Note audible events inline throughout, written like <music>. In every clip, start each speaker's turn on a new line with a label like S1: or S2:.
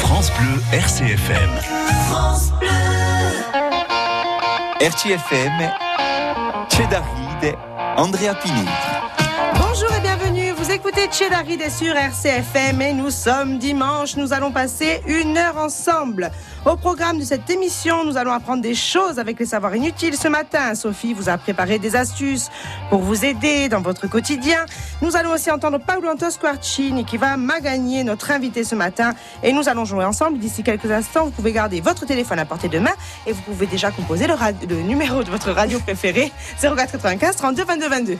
S1: France Bleu RCFM. France Bleu.
S2: RCFM, Cedaride, Andrea Pinini.
S3: Bonjour et bienvenue, vous écoutez Cheddari des sur RCFM et nous sommes dimanche, nous allons passer une heure ensemble. Au programme de cette émission, nous allons apprendre des choses avec les savoirs inutiles ce matin. Sophie vous a préparé des astuces pour vous aider dans votre quotidien. Nous allons aussi entendre Paolo Antos Quarcini qui va m'agagner notre invité ce matin et nous allons jouer ensemble d'ici quelques instants. Vous pouvez garder votre téléphone à portée de main et vous pouvez déjà composer le, rad- le numéro de votre radio <laughs> préférée 0495 32 22 22.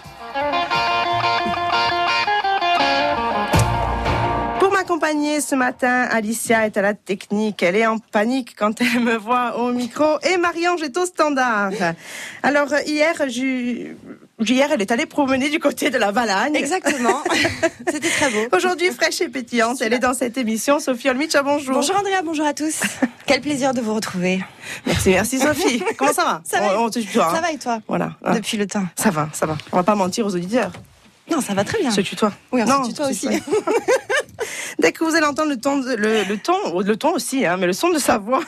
S3: Pour m'accompagner ce matin, Alicia est à la technique. Elle est en panique quand elle me voit au micro. Et Marie-Ange est au standard. Alors, euh, hier, j'ai- hier, elle est allée promener du côté de la Valagne. <laughs>
S4: Exactement. C'était très beau.
S3: Aujourd'hui, fraîche et pétillante, elle est dans cette émission. Sophie Olmicha, bonjour.
S4: Bonjour Andrea, bonjour à
S3: <laughs>
S4: tous. Quel plaisir de vous retrouver.
S3: Merci, merci
S4: <laughs>
S3: Sophie. Comment ça va
S4: Ça va.
S3: On, on te tutoie. hein.
S4: Ça va et toi
S3: Voilà. hein.
S4: Depuis le temps.
S3: Ça va, ça va. On va pas mentir aux auditeurs.
S4: Non, ça va très bien.
S3: Se tutoie.
S4: Oui, on se
S3: Non,
S4: tutoie aussi.
S3: tutoie. <laughs> Dès que vous allez entendre le ton, de- le, le ton, le ton aussi, hein, mais le son de sa voix.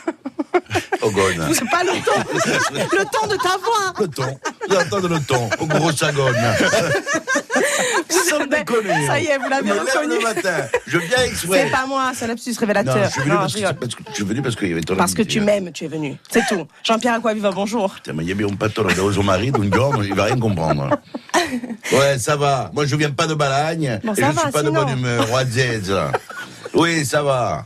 S5: Au gone.
S3: <laughs> C'est pas le ton, le ton de ta voix.
S5: Le ton. J'entends le ton. Au gros sagone. Sans déconner.
S3: Ça y est, Ah, vous
S5: Je
S3: l'avez
S5: me lève
S3: reconnu.
S5: le matin. Je viens exprès.
S3: C'est pas moi, c'est un lapsus
S5: Non,
S3: révélateur.
S5: je suis venu
S3: Non,
S5: parce
S3: je
S5: que,
S3: rigole.
S5: parce que- je suis venu parce qu'il y avait ton
S3: Parce que
S5: invité,
S3: tu
S5: hein.
S3: m'aimes, tu es venu. C'est tout. Jean-Pierre Aquaviva, bonjour.
S5: Putain, mais Il y avait un patron dans son mari, d'une gomme, il va rien comprendre. Ouais, ça va. Moi, je viens pas de Balagne.
S3: Bon,
S5: et
S3: ça
S5: je
S3: va,
S5: suis pas de
S3: sinon.
S5: bonne humeur. Oisez. Oui, ça va.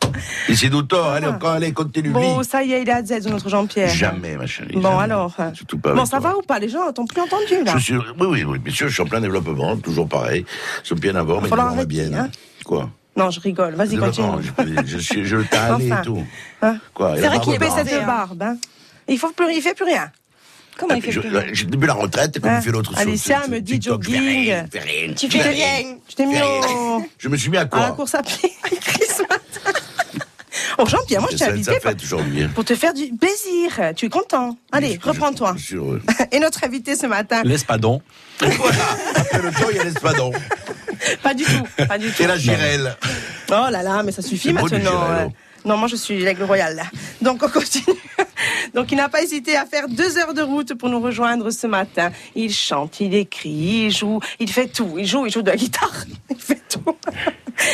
S5: Ici, d'autant. Allez, encore, allez, continue.
S3: Bon,
S5: lis.
S3: ça y est, il est à Z, notre Jean-Pierre.
S5: Jamais, ma chérie.
S3: Bon,
S5: jamais.
S3: alors. euh,
S5: Surtout pas
S3: Bon,
S5: avec
S3: ça
S5: toi.
S3: va ou pas Les gens t'ont plus entendu, là.
S5: Je suis- Oui, oui, oui, bien sûr, je suis en plein développement, toujours pareil. Je suis bien avant, mais
S3: Faut
S5: on
S3: l'arrêter,
S5: va bien. hein.
S3: hein.
S5: Quoi
S3: Non, je rigole. Vas-y, continue.
S5: Développement, je, je, suis- je le tale
S3: Enfin.
S5: et tout.
S3: Hein
S5: Quoi,
S4: C'est vrai qu'il
S3: Coupez
S4: est pas
S5: barbe.
S4: barbe.
S3: cette barbe. hein. Il faut plus, il fait plus rien.
S4: Comment il fait
S5: Ah, Je- euh,
S4: plus
S5: J'ai début la retraite, comme
S3: Hein
S5: il fait l'autre
S3: Alicia me dit jogging.
S4: Tu fais rien.
S3: Tu t'es mis au-
S5: <laughs> Je me suis mis à
S3: à
S5: quoi
S3: la course à pied, <laughs> Chris, ce matin. Oh, Jean-Pierre, moi, je t'ai
S5: Ça-
S3: invité
S5: Ça
S3: pour-
S5: fait <laughs> aujourd'hui. hein.
S3: pour te faire du plaisir. Tu es content. Allez,
S5: Je- je-
S3: reprends-toi.
S5: je suis heureux.
S3: <laughs> Et notre invité ce matin,
S6: L'espadon.
S5: Voilà, après le temps, il y a l'espadon.
S3: <laughs> pas du tout, pas du tout.
S5: Et la girelle.
S3: Oh là là, mais ça suffit
S5: C'est beau du
S3: maintenant.
S5: Gérard,
S3: ouais.
S5: non
S3: Non, moi je suis l'aigle royal. là. Donc on continue. <laughs> Donc il n'a pas hésité à faire deux heures de route pour nous rejoindre ce matin. Il chante, il écrit, il joue, il fait tout. Il joue, il joue de la guitare, il fait tout.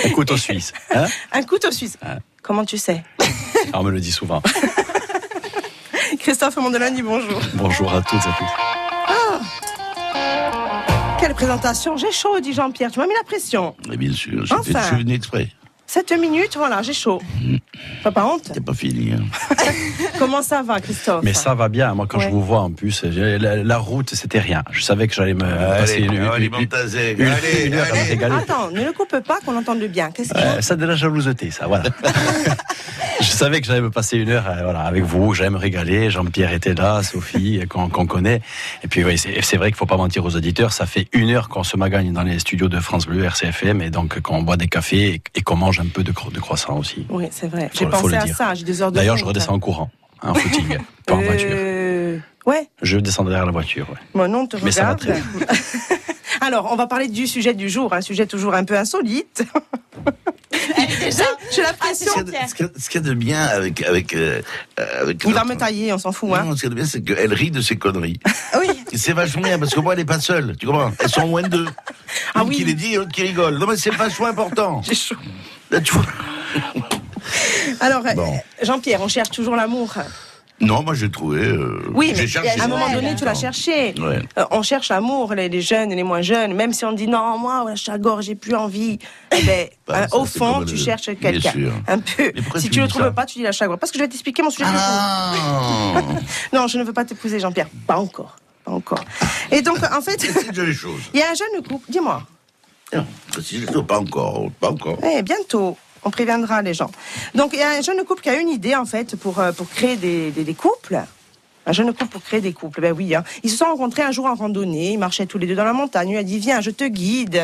S6: Un couteau suisse. Hein
S3: Un couteau suisse. Comment tu sais
S6: Ah, on me le dit souvent.
S3: Christophe Mondelani, bonjour. Ah
S6: Bonjour à toutes et à tous.
S3: Quelle présentation, j'ai chaud, dit Jean-Pierre. Tu m'as mis la pression.
S5: Mais bien sûr, j'ai fait-
S3: Enfin.
S5: je suis venu exprès.
S3: Sept minutes, voilà, j'ai chaud.
S6: Mm.
S3: T'as pas honte
S5: C'est pas fini. hein.
S3: Comment ça va, Christophe
S6: Mais ça va bien. Moi, quand
S3: Ouais.
S6: je vous vois en plus, euh, j'ai- la, la route, c'était rien. Je savais que j'allais
S5: Ah,
S6: me passer
S5: Allez,
S6: une, une-
S5: allez,
S6: une-
S5: Montazeg.
S6: une-
S5: Allez,
S6: une heure à me
S5: allez.
S6: régaler.
S3: Eh, Attends, ne le coupe pas qu'on entende le bien. Qu'est-ce qu'il y a
S6: Euh, ça, de la jalouseté, ça, voilà. <laughs> je savais que j'allais me passer une heure euh, voilà, avec vous, j'allais me régaler. Jean-Pierre était là, Sophie, euh, qu'on qu'on connaît. Et puis, oui, c'est c'est vrai qu'il faut pas mentir aux auditeurs. Ça fait une heure qu'on se magagne dans les studios de France Bleu, RCFM, et donc euh, qu'on boit des cafés et, et qu'on mange un peu de, cro- de croissant aussi.
S3: Oui, c'est vrai.
S6: Faut-
S3: J'ai
S6: faut
S3: pensé
S6: le
S3: à
S6: dire.
S3: ça. J'ai deux heures de
S6: D'ailleurs, je
S3: route.
S6: redescends en courant, hein, en footing, pas en voiture.
S3: Euh, Ouais,
S6: Je descends derrière la voiture. ouais.
S3: mon nom te
S6: Mais ça va
S3: regarde.
S6: très bien.
S3: <laughs> Alors, on va parler du sujet du jour, un sujet toujours un peu insolite.
S4: déjà
S3: <laughs> J'ai l'impression.
S5: Ce qu'il y a de- ce qu'il y a- ce qu'il y a de bien avec. avec, euh, avec
S3: Il va
S5: notre-
S3: me tailler, on s'en fout. Hein.
S5: Non, ce qu'il y a de bien, c'est qu'elle rit de ses
S3: <laughs>
S5: conneries.
S4: Oui.
S5: Et C'est vachement bien, parce que moi, elle n'est pas seule, tu comprends Elles sont au moins deux.
S3: Ah
S5: Une
S3: oui.
S5: qui les dit, l'autre qui rigole. Non, mais c'est vachement important.
S3: <laughs> J'ai chaud.
S5: Là, tu vois
S3: Alors, euh,
S5: Bon.
S3: Jean-Pierre, on cherche toujours l'amour.
S5: Non, moi, j'ai trouvé... euh,
S3: Oui,
S5: j'ai
S3: mais
S5: cherché
S3: à un
S5: ça
S3: moment
S5: pendant
S3: donné, tu l'as
S5: longtemps.
S3: cherché.
S5: Ouais.
S3: Euh, on cherche l'amour, les, les jeunes et les moins jeunes. Même si on dit non, moi, ouais, je suis à gorge, j'ai plus envie. Eh ben,
S5: <laughs> Bah,
S3: hein,
S5: ça,
S3: au
S5: c'est
S3: fond,
S5: comme
S3: tu
S5: le-
S3: cherches
S5: Bien
S3: quelqu'un.
S5: sûr.
S3: Un peu.
S5: Mais pourquoi
S3: Si
S5: tu
S3: tu le
S5: dis
S3: trouves
S5: ça
S3: pas, tu dis la chagrin. Parce que je vais t'expliquer mon sujet du jour.
S5: Ah
S3: <laughs> Non, je ne veux pas t'épouser, Jean-Pierre. Pas encore. Pas encore. Et donc, en fait, <laughs>
S5: C'est déjà les choses.
S3: il y a un jeune couple. Dis-moi.
S5: Non, si je le fais, pas encore, pas encore.
S3: Eh, bientôt. On préviendra les gens. Donc, il y a un jeune couple qui a une idée, en fait, pour, euh, pour créer des, des- des couples. Un jeune couple pour créer des couples. Ben oui, hein. Ils se sont rencontrés un jour en randonnée. Ils marchaient tous les deux dans la montagne. Il a dit, viens, je te guide.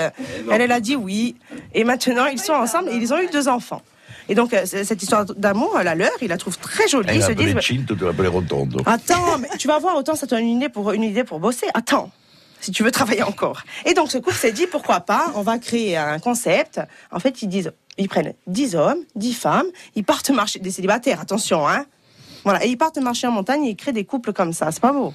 S3: Elle, elle a dit oui. Et maintenant, ils sont ensemble et ils ont eu deux enfants. Et donc, euh, c- cette histoire d'amour, la leur, il la trouve très jolie.
S5: Elle
S3: Ils se
S5: l'appelait
S3: disent, bah Ah
S5: Chill, toi, tu l'appelais Rotondo.
S3: Attends, mais tu vas voir, autant ça te donne une idée pour, une idée pour bosser. Attends, si tu veux travailler encore. Et donc, ce couple s'est dit, pourquoi pas, on va créer un concept. En fait, ils disent, ils prennent 10 hommes, 10 femmes, ils partent marcher, des célibataires, attention, hein. Voilà, et ils partent marcher en montagne et ils créent des couples comme ça, c'est pas beau.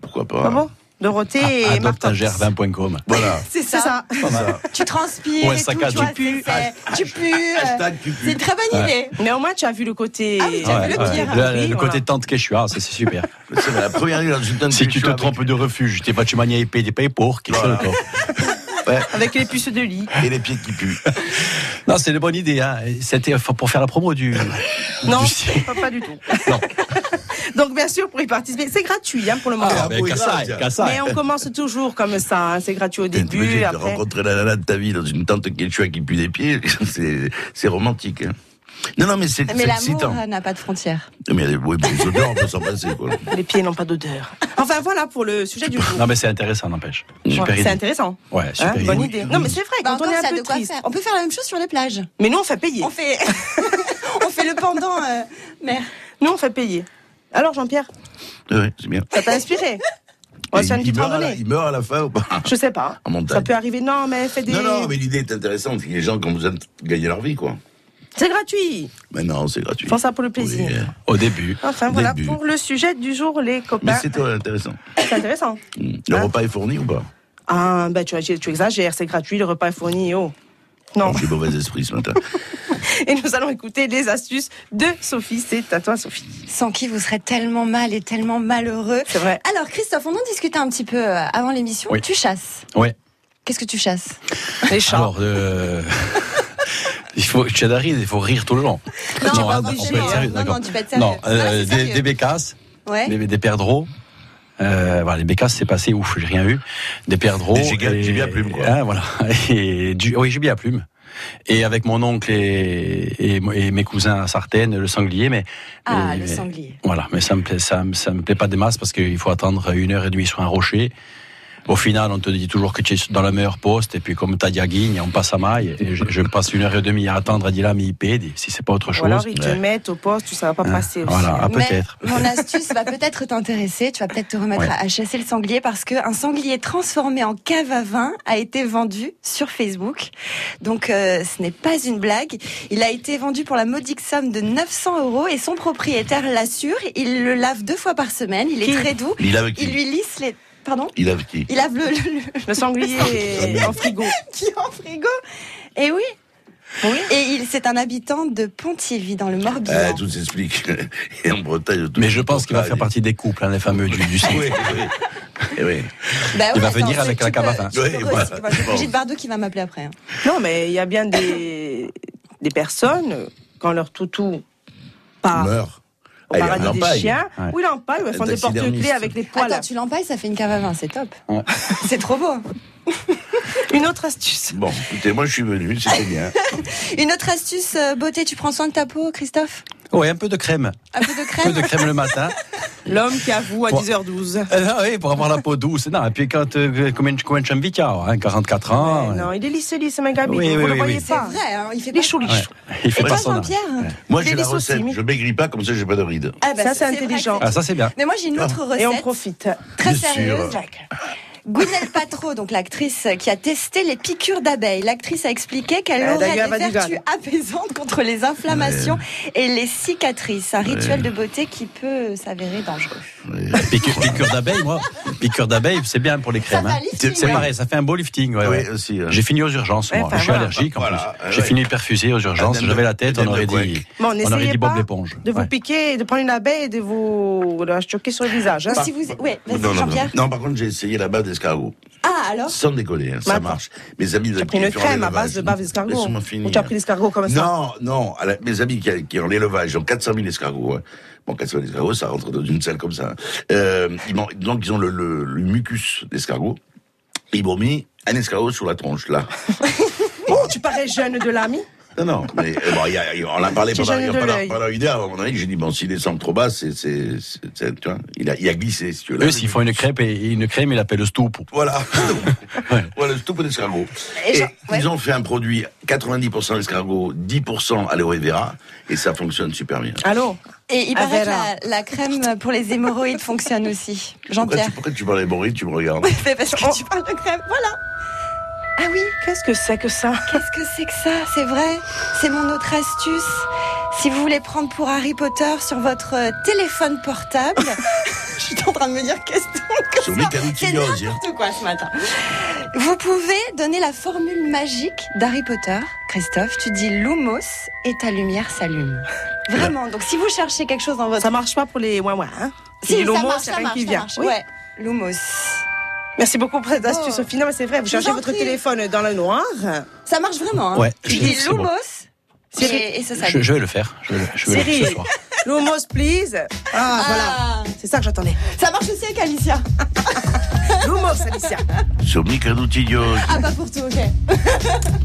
S5: Pourquoi
S4: Ah
S3: Pas
S5: pas
S3: beau Dorothée et
S6: Adopte
S3: Martin.
S6: un gervin.com.
S5: Voilà.
S4: <laughs> C'est
S3: C'est
S4: ça.
S3: ça.
S4: Tu transpires
S6: Ouais,
S4: et
S6: ça
S4: tout,
S6: casse.
S4: tu vois,
S6: Tu
S4: c'est- c'est- tu pues.
S5: Hashtag tu
S4: euh,
S5: pues.
S4: C'est une très bonne idée.
S3: Mais au moins, tu as vu le côté.
S4: Ah oui, tu as vu
S6: Ouais,
S4: le
S6: ouais.
S4: pire.
S6: Le- le
S3: Oui, voilà.
S6: côté tante Quechua, ça, ah, c'est super.
S5: <laughs> C'est la première nuit dans une
S6: si tu te trompes de refuge, t'es pas tu manies épée, t'es pas pour, qu'est-ce
S5: Voilà.
S6: que c'est, quoi
S5: <laughs>
S3: Avec les puces de lit.
S5: Et les pieds qui puent.
S6: <laughs> Non, c'est une bonne idée. Hein. C'était pour faire la promo du.
S3: Non,
S6: du site.
S3: pas, pas du
S5: <laughs>
S3: tout.
S6: Non.
S3: <laughs> Donc, bien sûr, pour y participer, c'est gratuit hein, pour le moment.
S5: Ah,
S6: ben,
S5: oui,
S6: Kassai,
S5: grave.
S6: Kassai.
S3: Mais on commence toujours comme ça. hein. C'est gratuit au
S5: T'imagines
S3: début.
S5: de
S3: Après...
S5: rencontrer la nana de ta vie dans une tente quechua qui pue des pieds, <laughs> c'est c'est romantique. hein. Non, non, mais c'est
S3: Ah,
S4: Mais
S5: c'est
S4: l'amour
S5: excitant.
S4: euh, n'a pas de frontières.
S5: Mais il y a des oui, mais les odeurs, on peut s'en passer. Quoi.
S3: Les pieds n'ont pas d'odeur. Enfin, voilà pour le
S6: <laughs>
S3: sujet du jour.
S6: Non, mais c'est intéressant, n'empêche. Super
S3: Voilà,
S6: idée.
S3: c'est intéressant.
S6: Ouais,
S3: Hein,
S6: super idée.
S3: bonne idée. Non, mais c'est vrai,
S4: Bah,
S3: quand on
S4: encore,
S3: est
S4: ça
S3: un
S4: a
S3: peu
S4: de quoi
S3: triste.
S4: faire. On peut faire la même chose sur les plages.
S3: Mais nous, on fait payer.
S4: On fait, <laughs> on fait le pendant, euh, mère.
S3: Nous, on fait payer. Alors, Jean-Pierre,
S5: Oui, c'est bien.
S3: ça t'a inspiré On va
S5: Et
S3: se faire une
S5: il,
S3: petite
S5: meurt à la,
S3: randonnée
S5: il meurt à la fin ou pas
S3: Je sais pas.
S5: En montagne.
S3: Ça peut arriver. Non, mais fais des.
S5: Ah. Non, non, mais l'idée est intéressante. c'est que Les gens qui ont besoin de gagner leur vie, quoi.
S3: C'est gratuit.
S5: Mais non, c'est gratuit.
S3: Fais ça pour le plaisir.
S5: Oui, euh,
S6: Au début.
S3: Enfin, voilà
S5: Début.
S3: pour le sujet du jour,
S5: Mais
S3: les copains.
S5: c'est euh, intéressant.
S3: C'est intéressant.
S5: Mm. Le
S3: Ah.
S5: repas est fourni ou pas
S3: Ah, ben tu, tu exagères, c'est gratuit, le repas est fourni, oh. Non.
S5: J'ai mauvais esprit ce matin.
S3: Et nous allons écouter les astuces de Sophie. C'est à toi, Sophie.
S4: Sans qui vous serez tellement mal et tellement malheureux.
S3: C'est vrai.
S4: Alors Christophe, on en discutait un petit peu euh, avant l'émission.
S6: Oui.
S4: Tu chasses.
S6: Ouais.
S4: Qu'est-ce que tu chasses
S3: Les chats.
S6: Alors, euh, <laughs> il faut, Chadari, il faut rire tout le long.
S4: Non,
S6: hein,
S4: pas
S6: on peut
S4: forcément,
S6: être sérieux,
S4: non,
S6: d'accord.
S4: non, tu peux être sérieux.
S6: Non, euh,
S4: Non, c'est
S6: des,
S4: sérieux.
S6: des bécasses,
S3: <laughs>
S4: Ouais.
S6: des, des perdreaux. Euh, voilà, les bécasses, c'est passé, ouf, j'ai rien eu. Des perdreaux.
S5: Des gigas-
S6: et-
S5: gibier à plume, quoi.
S6: hein, voilà. <laughs> Et du, oui, gibier à plume. Et avec mon oncle et, et, et mes cousins à Sartène, le sanglier, mais.
S4: Ah,
S6: mais-
S4: le sanglier.
S6: Voilà, mais ça me plaît, ça, me- ça me plaît pas des masses parce qu'il faut attendre une heure et demie sur un rocher. Au final, on te dit toujours que tu es dans la meilleure poste, et puis comme t'as dit à Guigne, on passe à maille, et je, je passe une heure et demie à attendre à Dilami IP, si c'est pas autre
S3: Ou
S6: chose. ben,
S3: alors ils te
S6: Ouais.
S3: mettent au poste, tu ne va pas passer aussi.
S6: Voilà, ah, peut-être.
S4: Mais mon astuce va peut-être t'intéresser. Tu vas peut-être te remettre
S6: Ouais.
S4: à, à chasser le sanglier parce que un sanglier transformé en cave à vin a été vendu sur Facebook. Donc euh, ce n'est pas une blague. Il a été vendu pour la modique somme de 900 euros et son propriétaire l'assure. Il le lave deux fois par semaine. Il est très doux.
S5: Il lave qui
S4: Il lui lisse les. Pardon.
S5: Il
S3: <laughs>
S5: lave qui
S4: Il lave le, le, <laughs> le-
S3: Le sanglier est en frigo.
S4: <laughs> qui est en frigo. Et oui.
S3: Oui.
S4: Et il, c'est un habitant de Pontivy dans le Morbihan.
S5: Eh, Tout s'explique. <laughs> Et en Bretagne, tout
S6: Mais je pense qu'il va faire partie
S5: partie
S6: des couples, hein, les fameux du,
S5: <laughs>
S6: du site.
S5: Oui, oui. Eh oui.
S4: Bah
S6: Il
S4: ouais,
S6: va venir
S4: attends,
S6: avec
S4: tu
S6: la hein.
S4: peux-
S6: cavafin.
S4: tu peux
S5: Oui,
S4: aussi-
S5: voilà.
S4: bah, c'est Brigitte Bardot qui va m'appeler après. hein.
S3: Non, mais il y a bien des, des personnes, quand leur toutou part
S5: meurt.
S3: au
S5: Ah, il est en
S3: paradis des
S5: empaille.
S3: chiens,
S6: Ouais.
S3: ou il en parle, ou elles font des
S5: Taxidermiste.
S3: porte-clés avec les poils.
S4: Attends, tu l'empailles, ça fait une cave à vin, c'est top.
S6: Ouais.
S4: <laughs> c'est trop beau.
S3: <laughs> Une autre astuce.
S5: Bon, écoutez, moi je suis venu, c'était
S3: <laughs>
S5: bien.
S4: <laughs> Une autre astuce euh, beauté, tu prends soin de ta peau, Christophe
S6: Oui, un peu de crème.
S4: Un peu de
S6: Un peu
S4: crème
S6: de crème le matin.
S3: L'homme qui avoue à
S6: Bon.
S3: 10h12.
S6: Euh, non, oui, pour avoir la peau douce. Non, et puis quand, euh, combien de combien de chambres vite, hein, 44 ans. euh,
S3: Non, il est lisse, lisse, ma gamine.
S6: Oui,
S3: vous
S6: oui,
S3: ne le
S6: oui,
S3: voyez
S6: oui.
S4: C'est
S3: pas.
S4: vrai, hein, il fait
S3: Les choux, les
S6: ouais.
S3: choux.
S6: Il fait
S4: Et
S6: pas
S4: toi,
S6: son âge.
S4: Jean-Pierre hein.
S5: Moi
S3: Des
S5: j'ai la
S3: saucisses,
S5: recette,
S3: mais-
S5: je maigris pas, comme ça j'ai pas de rides.
S4: Ah bah,
S3: Ça, c'est
S4: vrai que
S3: intelligent.
S6: Ah, ça, c'est bien.
S4: Mais moi, j'ai une autre recette.
S3: Et on profite.
S4: Très
S5: Bien
S4: sérieuse.
S5: sûr.
S4: Gwenaëlle Patro, donc l'actrice qui a testé les piqûres d'abeilles. L'actrice a expliqué qu'elle
S3: Euh,
S4: aurait
S3: Daga
S4: des
S3: Badigan.
S4: vertus apaisantes contre les inflammations et les cicatrices. Un rituel de beauté qui peut s'avérer dangereux.
S5: Oui.
S6: Piqûre, piqûre d'abeille, moi. Piqûre d'abeille, c'est bien pour les crèmes.
S4: va
S6: hein.
S4: lifting,
S6: C'est c'est
S4: ouais.
S6: pareil, ça fait un beau lifting. ouais,
S5: Oui,
S6: ouais.
S5: aussi, ouais.
S6: J'ai fini aux urgences,
S3: Ouais,
S6: moi.
S3: enfin,
S6: Je suis
S3: voilà.
S6: allergique en
S5: Voilà,
S6: plus.
S5: euh,
S6: Ah J'ai
S5: ouais.
S6: fini de perfuser aux urgences.
S5: Madame
S6: J'avais
S5: de-
S6: la tête, on
S5: Madame
S6: aurait
S5: de
S6: dit,
S5: Couac.
S3: Bon,
S6: on aurait
S3: n'essayez
S6: dit
S3: pas
S6: Bob l'éponge.
S3: de vous
S6: Ouais.
S3: piquer, de prendre une abeille et de vous de la choquer sur le visage. hein.
S4: Bah, Si vous... Ouais,
S5: Bah,
S4: vas-y,
S5: Non, non, non.
S4: Jean-Pierre.
S5: non, par contre, j'ai essayé la bave d'escargot.
S4: Ah, alors
S5: Sans décoller, hein,
S3: Mais
S5: ça
S3: attends.
S5: marche. Mes amis
S3: T'as pris une
S5: qui font les
S3: crème à
S5: lavages-
S3: base de bave d'escargot.
S5: Laisse-moi
S3: Ou
S5: finir.
S3: tu as pris l'escargot comme ça
S5: Non, non, à la- mes amis qui, qui ont l'élevage, ils ont 400 000 escargots. hein. Bon, 400 000 escargots, ça rentre dans une salle comme ça. hein. Euh, ils m'ont- donc, ils ont le, le- le mucus d'escargot. Ils m'ont mis un escargot sur la tronche, là.
S3: Oh, tu parais jeune de l'ami
S5: Non, non, mais euh, bon, il y a- il- on a parlé
S3: Petit
S5: pendant,
S3: jeune de
S5: pendant,
S3: l'œil.
S5: pendant une heure, à un moment donné, j'ai dit, bon, s'il descend trop bas, c'est, c'est, c'est- c'est- tu vois, il a, il a glissé, si tu veux. là.
S6: Eux, s'ils font une crêpe et une crème, ils l'appellent stoup.
S5: Voilà.
S6: <laughs> Ouais.
S5: voilà, c'est tout pour l'escargot.
S4: Et
S5: Et,
S4: genre- ouais.
S5: ils ont fait un produit 90% escargot, 10% aloe vera, et ça fonctionne super bien.
S3: Allô
S4: Et il
S3: Ah,
S4: paraît que
S3: voilà.
S4: la, la crème pour les hémorroïdes fonctionne aussi.
S5: Pourquoi
S4: Jean-Pierre. <laughs>
S5: tu, pourquoi tu parles des bourrines, tu me regardes
S4: Mais parce que tu parles de crème, voilà. Ah oui
S3: Oh. Qu'est-ce que c'est que ça
S4: Qu'est-ce que c'est que ça C'est vrai C'est mon autre astuce. Si vous voulez prendre pour Harry Potter sur votre euh, téléphone
S3: <laughs>
S4: portable, je suis en train de me dire qu'est-ce que
S5: Sur
S4: c'est C'est
S5: Micaroutillose, hein.
S4: n'importe quoi ce matin. Vous pouvez donner la formule magique d'Harry Potter. Christophe, tu dis Lumos et ta
S3: <laughs>
S4: lumière s'allume. Vraiment, donc si vous cherchez quelque chose dans votre...
S3: Ça marche pas pour les ouin-ouin, hein
S4: Si,
S3: Les
S4: ça
S3: lomos,
S4: marche,
S3: c'est
S4: ça
S3: rien
S4: marche,
S3: qui
S4: ça
S3: vient.
S4: marche.
S3: Oui.
S4: Ouais, Lumos.
S3: Merci beaucoup pour cette astuce,
S4: Oh.
S3: Sophie. Non, mais c'est vrai, vous
S4: Je vous
S3: cherchez
S4: en
S3: votre
S4: prie.
S3: téléphone dans le noir.
S4: Ça marche vraiment. Hein
S6: Ouais,
S4: tu
S6: je-
S4: dis
S6: c'est
S4: Lumos
S6: bon.
S4: et, et ça s'allume.
S6: Je, je vais le faire. Je vais le, je vais le faire
S3: Cyril.
S6: ce soir.
S3: <laughs> Lumos, please. Ah, voilà.
S4: Ah,
S3: C'est ça que j'attendais.
S4: Ça marche aussi avec Alicia.
S3: <laughs> Lumos, Alicia. bah.
S5: Sur Micaroutillose.
S4: Ah, pas pour tout, ok.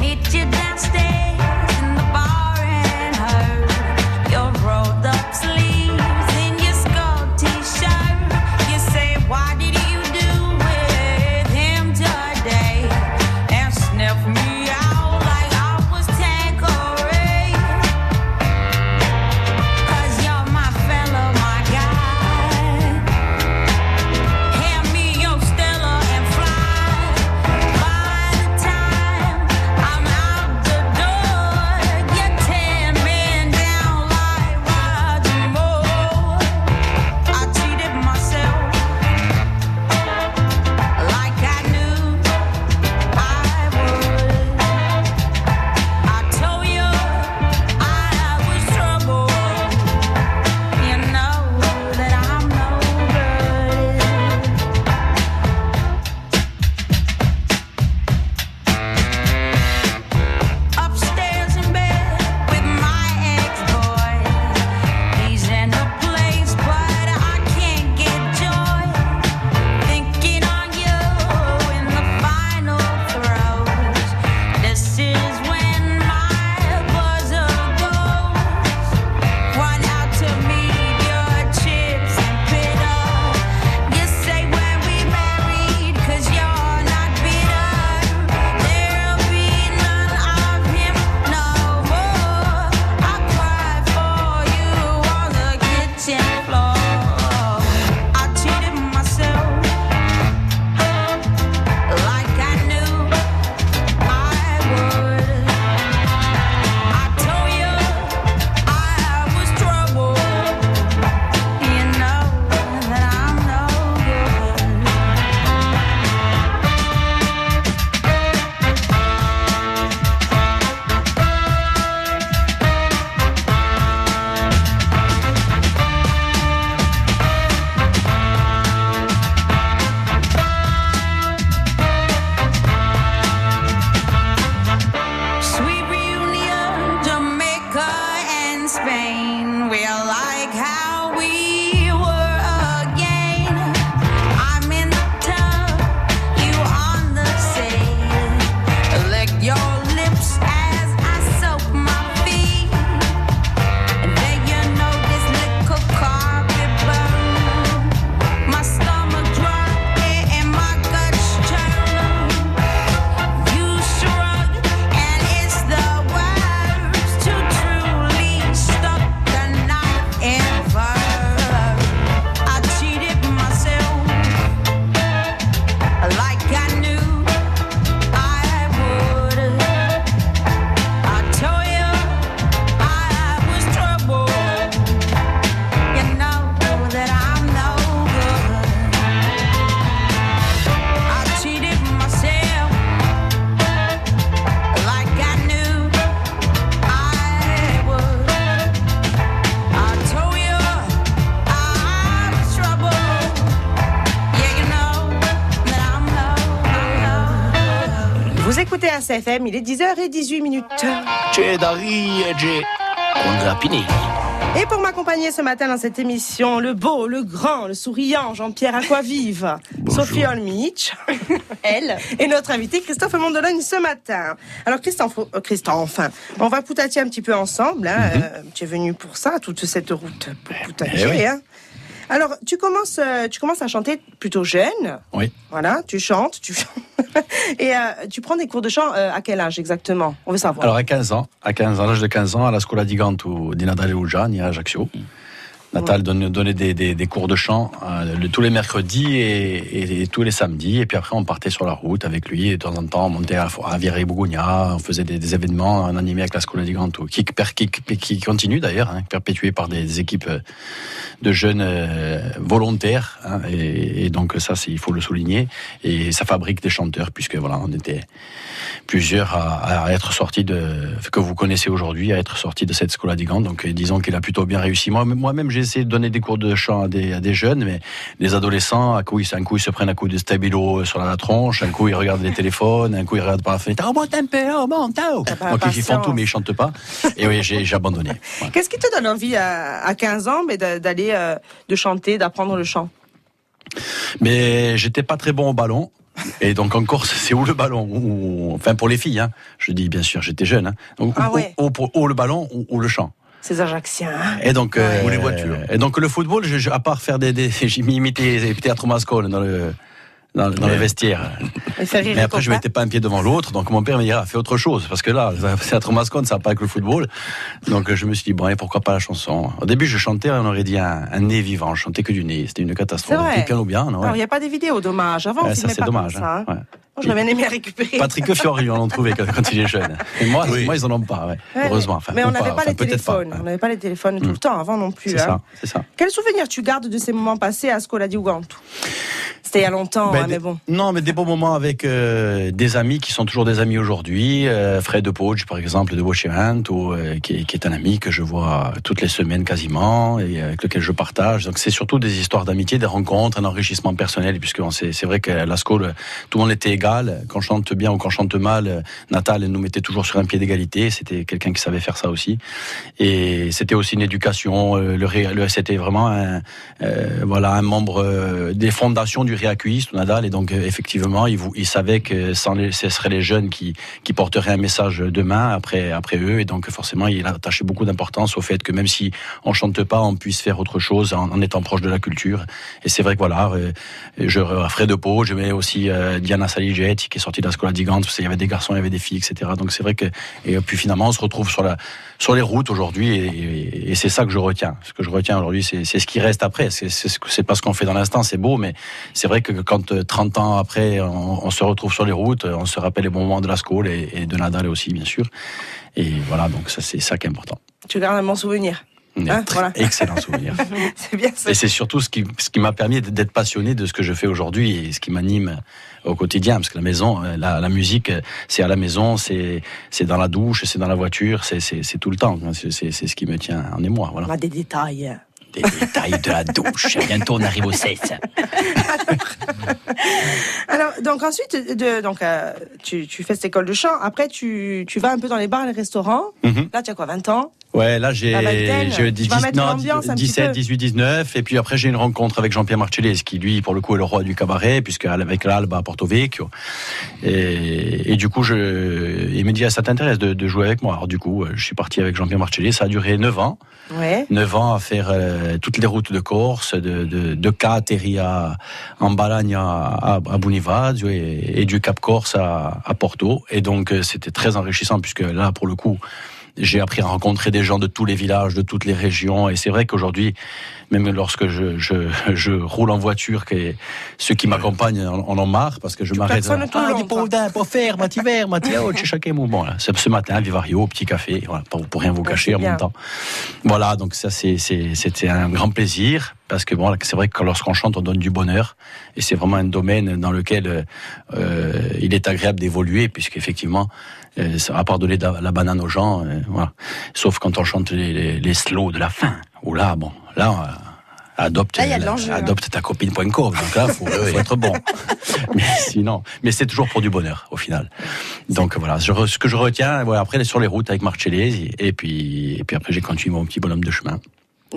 S7: Meet you downstairs in the bar and her. Your rolled up sleeves in your skull t-shirt. You say, Why did you do with him today? And sniff me out like I was Tanqueray. 'Cause you're my fellow, my guy. Hand me your Stella and fly. By the time I'm out the door, you're ten men down like Roger Moore. I cheated myself, like I knew I would. I told you I was trouble. You know that I'm no good. Upstairs in bed with my ex-boy. He's in a place, but I can't get joy. Thinking on you in the final throes. This is when my buzzer goes. Run out to meet your chips and bitter. You say when we married, you you're not bitter. There'll be none of him no more. I cry for you on the kitchen floor. I cheated myself like I knew I would. I told you I was trouble. You know that I'm no good. Sweet reunion, Jamaica and Spain. We're like how we were again. I'm in the tub, you on the sea. Lick your lips as I soak my feet. And then you know this little carpet burn. My stomach dropped and my guts churned. You shrug and it's the words to truly stop the night ever. I cheated myself like I knew I would. I told you I was trouble. You know that I'm no good. I cheated myself. Like I knew I would. I told you I was trouble. Yeah, you know that I'm low, I'm low.
S3: Vous écoutez RCFM, il est 10h18 minutes. Et pour m'accompagner ce matin dans cette émission, le beau, le grand, le souriant Jean-Pierre Aquavive, Sophie Olmich,
S6: <laughs>
S3: elle, et notre invité Christophe Mondelagne ce matin. Alors Christophe, euh, Christophe, on va poutatier un petit peu ensemble. Hein,
S6: Mhm.
S3: euh, tu es venu pour ça, toute cette route pour
S6: Eh,
S3: poutatier.
S6: oui.
S3: hein. Alors tu commences, euh, tu commences à chanter plutôt jeune.
S6: Oui.
S3: Voilà, tu chantes, <laughs> tu chantes. et euh, tu prends des cours de chant euh, à quel âge exactement On veut savoir.
S6: Alors à 15 ans, à 15 ans, à l'âge de 15 ans, à la Scuola di Ganto di Natale Uggiani à Ajaccio. Natal donne- donnait des, des- des cours de chant euh, le- tous les mercredis et, et- et tous les samedis. Et puis après, on partait sur la route avec lui. Et de temps en temps, on montait à, à Viré Bourgognat, on faisait des, des événements, on animait avec la Scuola di Granto, qui, per- qui, qui continue d'ailleurs, hein, perpétuée par des, équipes euh, de jeunes euh, volontaires. hein. et, et donc ça, c'est- il faut le souligner. Et ça fabrique des chanteurs, puisque voilà, on était plusieurs à, à être sortis de que vous connaissez aujourd'hui, à être sortis de cette scola d'Igan. Donc euh, disons qu'il a plutôt bien réussi. Moi, moi-même, j'ai essayé de donner des cours de chant à des, à des jeunes, mais les adolescents, à coup, ils, un coup, ils se prennent un coup de stabilo sur la tronche, un coup, ils regardent les téléphones, un coup, ils regardent par la fenêtre. Oh, monte un peu, oh, monte, oh.
S3: pas
S6: Donc ils font
S3: patience.
S6: tout, mais ils chantent pas. Et oui, j'ai j'ai abandonné. Voilà.
S3: Qu'est-ce qui te donne envie euh, à, à 15 ans mais d'a- d'aller euh, de chanter, d'apprendre le chant
S6: Mais j'étais pas très bon au ballon. Et donc en Corse, <laughs> c'est où le ballon ou, Enfin pour les filles, hein. je dis bien sûr, j'étais jeune. Hein. Donc,
S3: Ah
S6: ou-
S3: ouais.
S6: ou- ou- ou le ballon ou, ou le chant.
S3: Ces Ajacciens. hein.
S6: Et donc, euh,
S5: Ou les voitures.
S6: Et donc le football, je- je- à part faire des, <laughs> des j'ai imité Théâtre Mascol dans le dans, le- dans le
S5: Ouais.
S6: vestiaire.
S3: <laughs> Et faire rire
S6: Mais
S3: les
S6: après, je
S3: copains.
S6: mettais pas un pied devant l'autre. Donc mon père me dit ah, fais autre chose parce que là, <laughs> le Théâtre Mascol, ça va pas avec le football. Donc je me suis dit bon, et pourquoi pas la chanson Au début, je chantais, on aurait dit un, un nez vivant. Je chantais que du nez. C'était une catastrophe.
S3: C'est vrai.
S6: Donc, Quelqu'un ou bien, non
S3: Alors, il n'y a pas des vidéos, dommage. Avant, on
S6: Ouais, ça
S3: filmait
S6: c'est
S3: pas comme
S6: dommage.
S3: ça.
S6: hein.
S3: hein.
S6: Ouais.
S3: Moi, J'aurais bien aimé récupérer.
S6: Patrick Fiori, on l'ont trouvé quand, quand il est jeune. Et moi,
S5: Oui.
S6: moi ils en ont pas, ouais.
S3: <laughs> Ouais,
S6: heureusement. Enfin,
S3: mais
S6: ou
S3: on n'avait pas,
S6: enfin,
S3: les
S6: peut-être pas. hein.
S3: téléphones. On n'avait pas les téléphones tout le temps, avant non plus.
S6: C'est
S3: hein.
S6: ça, c'est ça.
S3: Quel souvenir tu gardes de ces moments passés à Scola di Ugantu C'était il y a longtemps,
S6: Ben,
S3: hein,
S6: des-
S3: mais bon.
S6: Non, mais des beaux moments avec euh, des amis qui sont toujours des amis aujourd'hui. Euh, Fred de Poge, par exemple, de Bochevant, ou, euh, qui, est- qui est un ami que je vois toutes les semaines quasiment et avec lequel je partage. Donc c'est surtout des histoires d'amitié, des rencontres, un enrichissement personnel, puisque on sait- c'est vrai qu'à la Scole, tout le monde était égal. Quand on chante bien ou quand on chante mal, euh, Natal elle nous mettait toujours sur un pied d'égalité. C'était quelqu'un qui savait faire ça aussi. Et c'était aussi une éducation. euh, Le, ré- le, c'était vraiment un, euh, voilà, un membre euh, des fondations du Réacuiste, Nadal, et donc euh, effectivement, il, vou- il savait que sans les, ce seraient les jeunes qui, qui porteraient un message demain après, après eux, et donc forcément, il attachait beaucoup d'importance au fait que même si on chante pas, on puisse faire autre chose en, en étant proche de la culture. Et c'est vrai que voilà, euh, je à Fred de Pau, je mets aussi euh, Diana Saligetti qui est sortie de la Scola di Gand, parce qu'il y avait des garçons, il y avait des filles, etc. Donc c'est vrai que et puis finalement, on se retrouve sur la sur les routes aujourd'hui et, et- et c'est ça que je retiens. Ce que je retiens aujourd'hui, c'est c'est ce qui reste après. C'est c'est ce que- c'est pas ce qu'on fait dans l'instant, c'est beau, mais c'est vrai que quand euh, 30 ans après, on, on se retrouve sur les routes, on se rappelle les bons moments de la Skol et, et de Nadal aussi, bien sûr. Et voilà, donc ça c'est ça qui est important.
S3: Tu gardes un bon souvenir.
S6: Mais
S3: Hein,
S6: très-
S3: voilà.
S6: Excellent souvenir.
S3: <laughs> C'est bien ça.
S6: et c'est surtout ce qui, ce qui m'a permis d'être passionné de ce que je fais aujourd'hui et ce qui m'anime au quotidien. Parce que la maison, euh, la, la musique, euh, c'est à la maison, c'est c'est dans la douche, c'est dans la voiture, c'est- c'est c'est tout le temps. C'est c'est- c'est ce qui me tient en émoi. Voilà.
S3: On a des détails. hein.
S6: Des détails de la douche. Bientôt, on arrive au 16.
S3: Alors, donc ensuite, de, donc, euh, tu, tu fais cette école de chant. Après, tu, tu vas un peu dans les bars et les restaurants.
S6: Mhm.
S3: Là, tu as quoi, 20 ans
S6: Ouais, là, j'ai
S3: La vingtaine,
S6: j'ai
S3: tu vas mettre
S6: non,
S3: l'ambiance un petit
S6: 17,
S3: peu.
S6: 18, 19. Et puis après, j'ai une rencontre avec Jean-Pierre Marcellès, qui lui, pour le coup, est le roi du cabaret, puisque avec l'Alba à Porto Vecchio. Et, et du coup, je, il me dit, ah, ça t'intéresse de, de jouer avec moi. Alors du coup, euh, je suis parti avec Jean-Pierre Marcellès. Ça a duré 9 ans.
S3: Ouais.
S6: 9 ans à faire euh, toutes les routes de Corse, de, de, de Cateri à, en Balagne à, à, à Bonifacio et, et du Cap Corse à, à Porto. Et donc, euh, c'était très enrichissant puisque là, pour le coup, j'ai appris à rencontrer des gens de tous les villages, de toutes les régions. Et c'est vrai qu'aujourd'hui, même lorsque je, je, <laughs> je roule en voiture, que ceux qui m'accompagnent en, en ont marre parce que je m'arrête.
S3: klaxonnes tout le
S1: Ah,
S3: long,
S6: il
S3: quoi.
S6: faut d'un, Ah, pour faire, ma tiver, ma tiver, oh, chez chacun mouvement. Là. Ce ce matin, Vivario, au petit café, voilà, pour, pour rien vous
S3: Ouais,
S6: cacher
S3: c'est
S6: en
S3: bien.
S6: même temps. Voilà, donc ça c'est- c'est- c'était un grand plaisir parce que bon, c'est vrai que lorsqu'on chante, on donne du bonheur et c'est vraiment un domaine dans lequel euh, euh, il est agréable d'évoluer puisqu'effectivement, euh, ça- à part donner de la, la banane aux gens, euh, voilà. Sauf quand on chante les, les, les slows de la fin. Ou là, bon, là. euh, Adopte,
S4: Là, il y a de l'enjeu, hein.
S6: adopte ta copine.com. Donc là,
S3: <laughs>
S6: faut, faut être bon. <laughs> Mais sinon, mais c'est toujours pour du bonheur au final. Donc voilà, je re- ce que je retiens, voilà, après sur les routes avec Marcellesi, et puis, et puis après j'ai continué mon petit bonhomme de chemin. <laughs>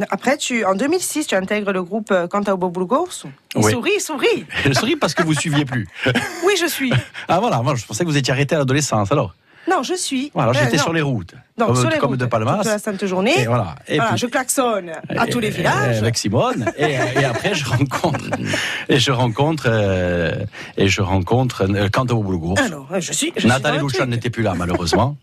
S3: Après, tu, en 2006, tu intègres le groupe euh, Canta au Bobo Corso. Il
S6: Oui.
S3: sourit, il sourit.
S6: <laughs> Je souris parce que vous suiviez plus. <laughs>
S3: Oui, je suis.
S6: Ah voilà, moi je pensais que vous étiez arrêté à l'adolescence alors.
S3: Non, je suis.
S6: Voilà,
S3: Euh,
S6: j'étais
S3: non.
S6: sur les routes.
S3: Donc,
S6: comme
S3: sur les
S6: comme
S3: routes,
S6: de
S3: toute la
S6: Palmas.
S3: sainte journée.
S6: Et voilà. Et
S3: Voilà,
S6: puis-
S3: je klaxonne à
S6: Et-
S3: tous les
S6: et-
S3: villages.
S6: Avec Simone. Et, euh, et après, je
S3: <laughs>
S6: rencontre. Et je rencontre. euh, et je rencontre. Euh, Canto Bulgour.
S3: Alors, euh, je suis. Je suis dans
S6: Nathalie
S3: le
S6: Luchon
S3: truc. <laughs>
S6: n'était plus là, malheureusement.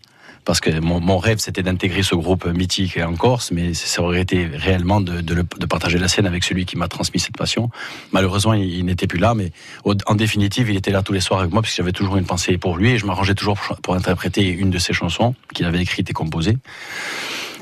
S6: parce que mon, mon rêve c'était d'intégrer ce groupe mythique en Corse, mais ça aurait été réellement de, de le- de partager la scène avec celui qui m'a transmis cette passion. Malheureusement, il, il n'était plus là, mais au- en définitive, il était là tous les soirs avec moi, puisque j'avais toujours une pensée pour lui, et je m'arrangeais toujours pour, pour interpréter une de ses chansons qu'il avait écrite et composée.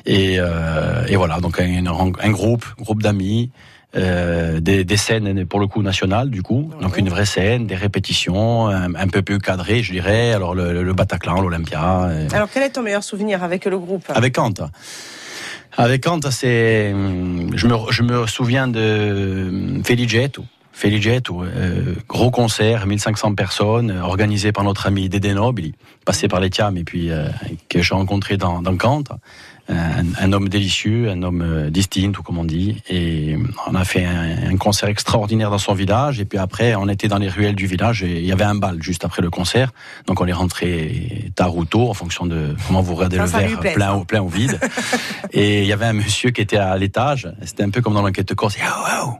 S6: Et, euh, et voilà, donc un, un groupe, groupe d'amis, euh, des, des scènes pour le coup nationales du coup, donc une vraie scène, des répétitions, un, un peu plus cadrées, je dirais. Alors le, le Bataclan, l'Olympia. euh,
S3: Alors, quel est ton meilleur souvenir avec le groupe
S6: avec Kant. Avec Kant, c'est. hum, Je me, je me souviens de hum, Feligetto. Feligetto, euh, gros concert, 1500 personnes, euh, organisé par notre ami Dede Nobili, passé par les Tiam et puis euh, que j'ai rencontré dans, dans Kant. Un, un homme délicieux, un homme euh, distinct, ou comme on dit. Et on a fait un, un concert extraordinaire dans son village. Et puis après, on était dans les ruelles du village et il y avait un bal juste après le concert. Donc on est rentré tard ou tôt en fonction de comment vous regardez
S3: Ça,
S6: le
S3: ça lui
S6: verre
S3: plaît,
S6: plein
S3: ça.
S6: au, plein ou
S3: <laughs>
S6: vide. et il y avait un monsieur qui était à l'étage. C'était un peu comme dans l'enquête de Corse. Yo, yo,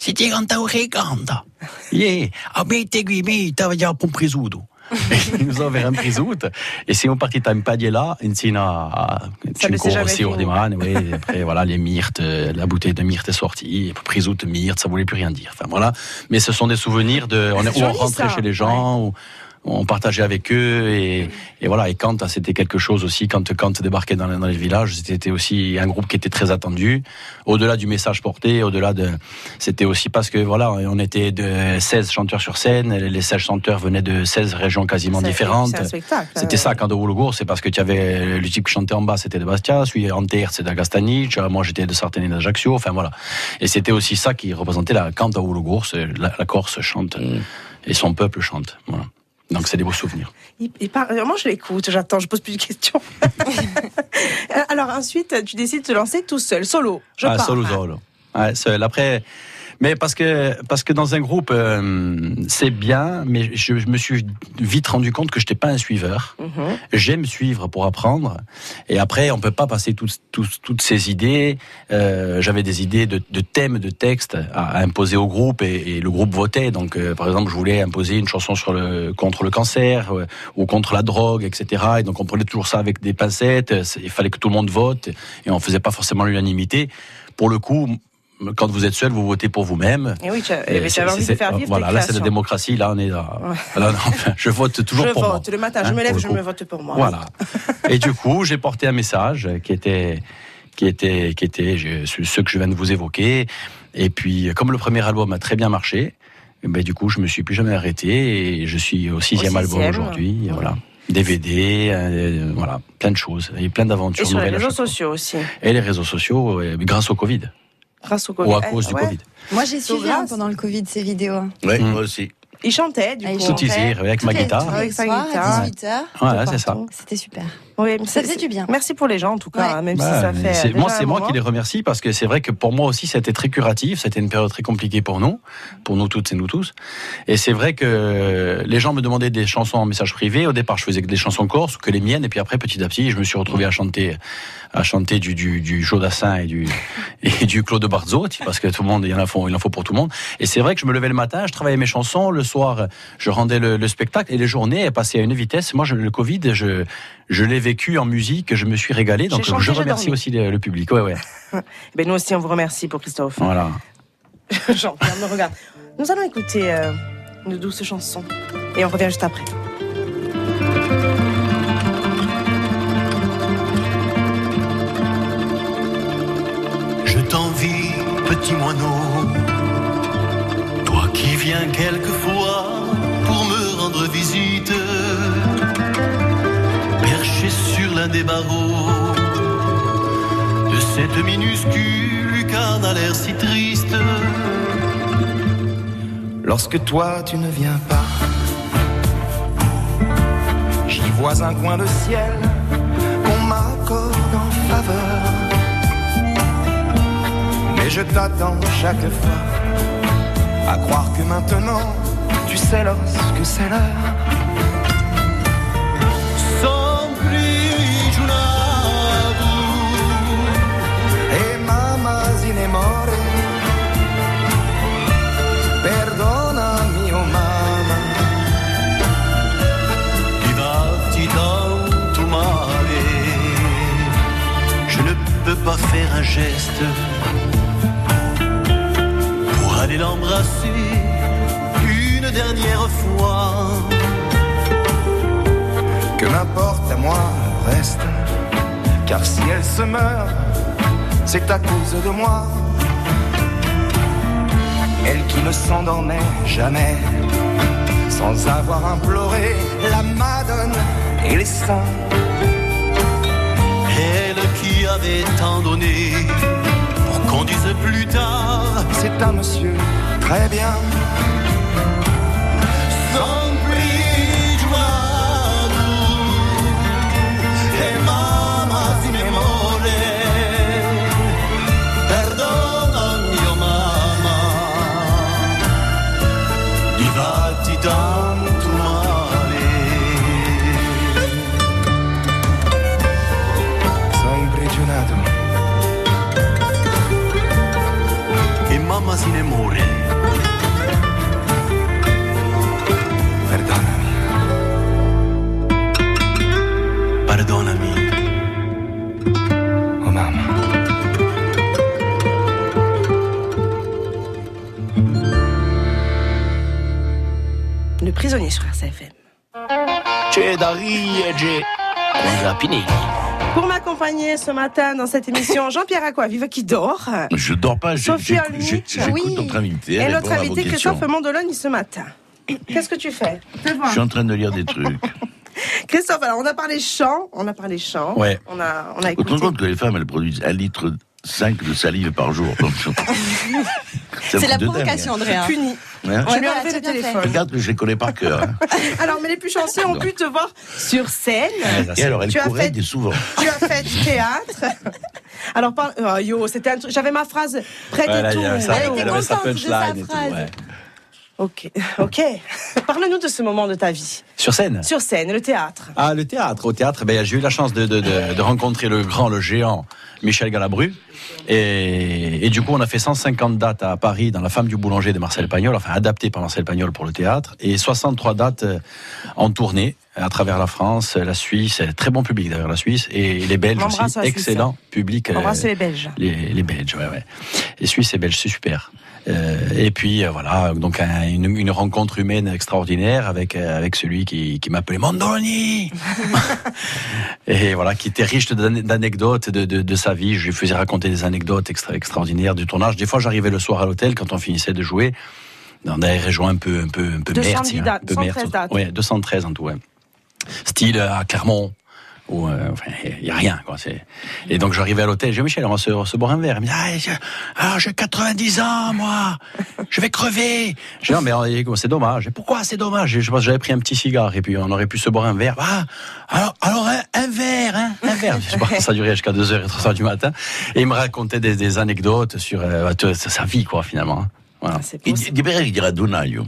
S6: si ti canta o che canta? Yeah, Ah, abete qui me, tavaglia un prisudo. Il <laughs> nous a offert un prisudo. Et si on partita in padella, insieme a
S3: Ça ne s'est jamais fini.
S6: di Man, oui. Et Après, voilà, les myrtes, euh, la bouteille de myrte est sortie. Et Prisudo, myrte, ça voulait plus rien dire. Enfin, voilà. Mais ce sont des souvenirs de, on,
S3: C'est
S6: est- où on
S3: joli,
S6: rentrait
S3: ça.
S6: chez les gens, où on partageait avec eux et, et voilà. Et Kant, c'était quelque chose aussi. Quand Kant débarquait dans, les- dans les villages, c'était aussi un groupe qui était très attendu. Au-delà du message porté, au-delà de, c'était aussi parce que voilà, on était de 16 chanteurs sur scène. Les 16 chanteurs venaient de 16 régions quasiment
S3: C'est-
S6: différentes.
S3: C'est un spectacle.
S6: C'était ça, quand Wologour, c'est parce que tu avais le type qui chantait en bas, c'était de Bastia, celui en terre, c'est d'Agastanic, moi j'étais de Sartène et d'Ajaccio, enfin voilà. Et c'était aussi ça qui représentait la quand Wologour, la, la Corse chante
S3: Mm.
S6: et son peuple chante. Voilà. Donc c'est des beaux souvenirs.
S3: Il, il parle- euh, Moi, je l'écoute, j'attends, je pose plus de
S4: <laughs>
S3: questions. Euh, Alors ensuite, tu décides de te lancer tout seul, solo. Je
S6: ah,
S3: pars.
S6: solo, solo. Ouais, seul. Après, mais parce que, parce que dans un groupe, euh, c'est bien, mais je, je me suis vite rendu compte que je n'étais pas un suiveur.
S3: Mhm.
S6: J'aime suivre pour apprendre. Et après, on peut pas passer toutes, toutes, toutes ces idées. Euh, J'avais des idées de, de thèmes, de textes à, à imposer au groupe et, et le groupe votait. Donc, euh, par exemple, je voulais imposer une chanson sur le, contre le cancer euh, ou contre la drogue, etc. Et donc, on prenait toujours ça avec des pincettes. Euh, c'est- Il fallait que tout le monde vote et on faisait pas forcément l'unanimité. Pour le coup, m- quand vous êtes seul, vous votez pour vous-même.
S3: Et Eh oui, tu
S6: Et
S3: avais
S6: c'est-
S3: Euh, envie
S6: c'est- euh,
S3: de faire vivre
S6: Voilà,
S3: tes
S6: là c'est la
S3: créations.
S6: démocratie, là on est là.
S3: Ouais.
S6: Là, <laughs> non, enfin, je vote toujours
S3: je
S6: pour moi.
S3: vote le matin, je
S6: Hein,
S3: me lève,
S6: pour le
S3: je
S6: coup.
S3: me vote pour moi. <laughs>
S6: Voilà. Et du coup, j'ai porté un message qui était, qui était, qui était je- ce ce que je viens de vous évoquer. Et puis, comme le premier album a très bien marché, eh ben, du coup, je me suis plus jamais arrêté et je suis au sixième,
S3: Au
S6: album
S3: sixième.
S6: aujourd'hui. et Voilà. DVD, euh, voilà, plein de choses et plein d'aventures
S3: Et sur les
S6: nouvelles à
S3: réseaux
S6: chaque fois.
S3: sociaux aussi,
S6: Et les réseaux sociaux, euh, grâce au Covid
S3: grâce au
S6: ou à
S3: Eh,
S6: cause du
S3: ouais.
S6: Covid.
S4: Moi, j'ai
S3: Sauf
S4: suivi hein,
S3: grâce.
S4: pendant le Covid ces vidéos. hein.
S5: Ouais,
S6: Mm.
S5: moi aussi.
S3: Il chantait, du
S4: Ah, il
S3: coup.
S6: Tout
S4: chantait.
S6: teaser euh, avec ma
S4: Tous les-
S6: guitare.
S4: tous les
S3: Avec sa
S4: soirs
S3: guitare.
S4: À 18h.
S6: Voilà, c'est ça.
S3: partout.
S4: C'était super.
S3: Oui, mais
S4: Ça
S3: c'est-
S4: faisait du bien.
S3: Merci pour les gens, en tout cas,
S4: Ouais.
S3: hein, même
S6: Bah,
S3: si ça
S6: mais
S3: fait.
S6: c'est-
S3: déjà
S6: moi,
S3: un
S6: c'est moi
S3: moment.
S6: qui les remercie parce que c'est vrai que pour moi aussi, c'était très curatif. C'était une période très compliquée pour nous, pour nous toutes et nous tous. Et c'est vrai que les gens me demandaient des chansons en message privé. Au départ, je faisais que des chansons corses, que les miennes. Et puis après, petit à petit, je me suis retrouvé à chanter, à chanter du, du, du Jodassin et du, <laughs> et du Claude Barzotti parce que tout le monde, il y en a, faut- il en faut pour tout le monde. Et c'est vrai que je me levais le matin, je travaillais mes chansons. Le soir, je rendais le, le spectacle et les journées elles passaient à une vitesse. Moi, je- le Covid, je, je l'ai vécu en musique, je me suis régalé. Donc,
S3: J'ai chanté,
S6: je
S3: j'ai
S6: remercie
S3: dormi.
S6: aussi euh, le, le public. Ouais, ouais.
S3: Ben, nous aussi, on vous remercie pour Christophe. <laughs>
S6: Voilà.
S3: Jean-Pierre me regarde. Nous allons écouter euh, une douce chanson et on revient juste après.
S1: Je t'envie, petit moineau. Toi qui viens quelquefois pour me rendre visite. Perché sur l'un des barreaux de cette minuscule lucarne à l'air si triste.
S8: Lorsque toi tu ne viens pas, j'y vois un coin de ciel qu'on m'accorde en faveur. Mais je t'attends chaque fois à croire que maintenant tu sais lorsque c'est l'heure.
S1: Sans prigionier.
S8: e mamma si ne muore. Perdonami, oh mamma,
S1: Di datti tanto male pas faire un geste pour aller l'embrasser une dernière fois.
S8: Que m'importe à moi le reste, car si elle se meurt, c'est à cause de moi. Elle qui ne s'endormait jamais, sans avoir imploré la madone et les saints.
S1: Elle qui avait tant donné pour qu'on dise plus tard
S8: C'est un monsieur, très bien,
S1: Sans prix,
S9: E
S1: et mamma di memore, perdona mio mamma, di fatti tanto male.
S8: soy impresionado.
S1: E mamma se ne muore.
S8: Perdóname.
S1: Perdonami,
S8: Oh maman.
S3: Le prisonnier sur RCFM.
S10: C'è da riege. Rapini.
S3: Pour m'accompagner ce matin dans
S6: <laughs>
S3: cette émission, Jean-Pierre Aqua, vive qui dort.
S5: Je dors pas, j'ai-
S3: Sophie
S5: j'ai-
S3: Olnick.
S5: j'ai- j'écoute
S4: Oui.
S5: notre invité.
S3: Et
S5: répondre
S3: notre
S5: à vos
S3: invité
S5: questions.
S3: Christophe Mondoloni ce matin. <coughs> Qu'est-ce que tu fais Fais
S5: Je
S3: voir.
S5: suis en train de lire des trucs.
S3: Christophe, alors on a parlé chant, on a parlé chant,
S6: Ouais.
S3: on a, on a
S5: On te
S3: écouté.
S5: rend compte que les femmes, elles produisent 1 litre 5 de salive par jour. Donc,
S3: <laughs>
S5: je- Hein Ça
S4: C'est
S5: fout
S4: la
S5: de dingue,
S4: provocation, André. hein.
S3: Puni.
S5: hein.
S3: Je
S5: Hein
S3: lui ai
S4: voilà,
S3: enlevé
S4: t'as
S3: le
S4: bien fait.
S3: téléphone.
S5: Regarde que je les connais par cœur.
S3: <laughs>
S5: hein.
S3: Alors, mais les plus chanceux ont pu te voir sur scène.
S6: Ah,
S5: Et alors, elles
S3: Tu as
S5: couraient
S3: fait-
S5: des souvent.
S3: Tu as fait du théâtre. <laughs> Alors, par... oh, yo, c'était un truc. J'avais ma phrase prête
S6: Ouais, là,
S3: et
S6: il
S3: tout.
S6: y avait euh, ça,
S3: Ouais,
S6: il y
S3: ouais.
S6: avait sa
S4: contente de sa
S6: punchline et tout,
S4: phrase.
S6: ouais.
S3: Ok, ok. <laughs> Parle-nous de ce moment de ta vie.
S6: Sur scène
S3: Sur scène, le théâtre.
S6: Ah, le théâtre. Au théâtre, ben, j'ai eu la chance de, de- de- de rencontrer le grand, le géant Michel Galabru. Et, et du coup, on a fait 150 dates à Paris dans La femme du boulanger de Marcel Pagnol, enfin adapté par Marcel Pagnol pour le théâtre, et 63 dates euh, en tournée à travers la France, la Suisse, euh, très bon public d'ailleurs la Suisse, et les Belges
S3: On embrasse
S6: aussi,
S3: la Suisse.
S6: excellent public. euh,
S3: Embrasse les Belges.
S6: les, les Belges, ouais, ouais. Et Suisse et Belges, c'est super. Euh, et puis euh, voilà, donc un- une, une rencontre humaine extraordinaire avec euh, avec celui qui, qui m'appelait Mandoni, et voilà, qui était riche d'an- d'anecdotes de, de, de sa vie. Je lui faisais raconter des anecdotes extra- extraordinaires du tournage. Des fois, j'arrivais le soir à l'hôtel quand on finissait de jouer. On avait rejoint un peu un peu un peu
S3: 210
S6: merde, tiens, un peu merde.
S3: 213 dates.
S6: Ouais, 213 en tout. ouais. Style à Clermont. Ou euh, enfin, il y a rien quoi. C'est et donc j'arrivais à l'hôtel. Je dis Michel, on va se, on va se boire un verre. Il me dit ah, j'ai- ah, j'ai 90 ans moi, je vais crever. Je dis non mais euh, c'est dommage. Et pourquoi c'est dommage Je pense que j'avais pris un petit cigare et puis on aurait pu se boire un verre. Ah, alors alors un, un verre, hein, un verre. Je sais pas, ça durait jusqu'à 2 h et 3 h du matin. Et il me racontait des, des anecdotes sur euh, toute sa vie quoi finalement. hein. Voilà.
S3: C'est beau,
S5: Il dit-
S3: ça.
S5: il dirait qu'il dira Donaio.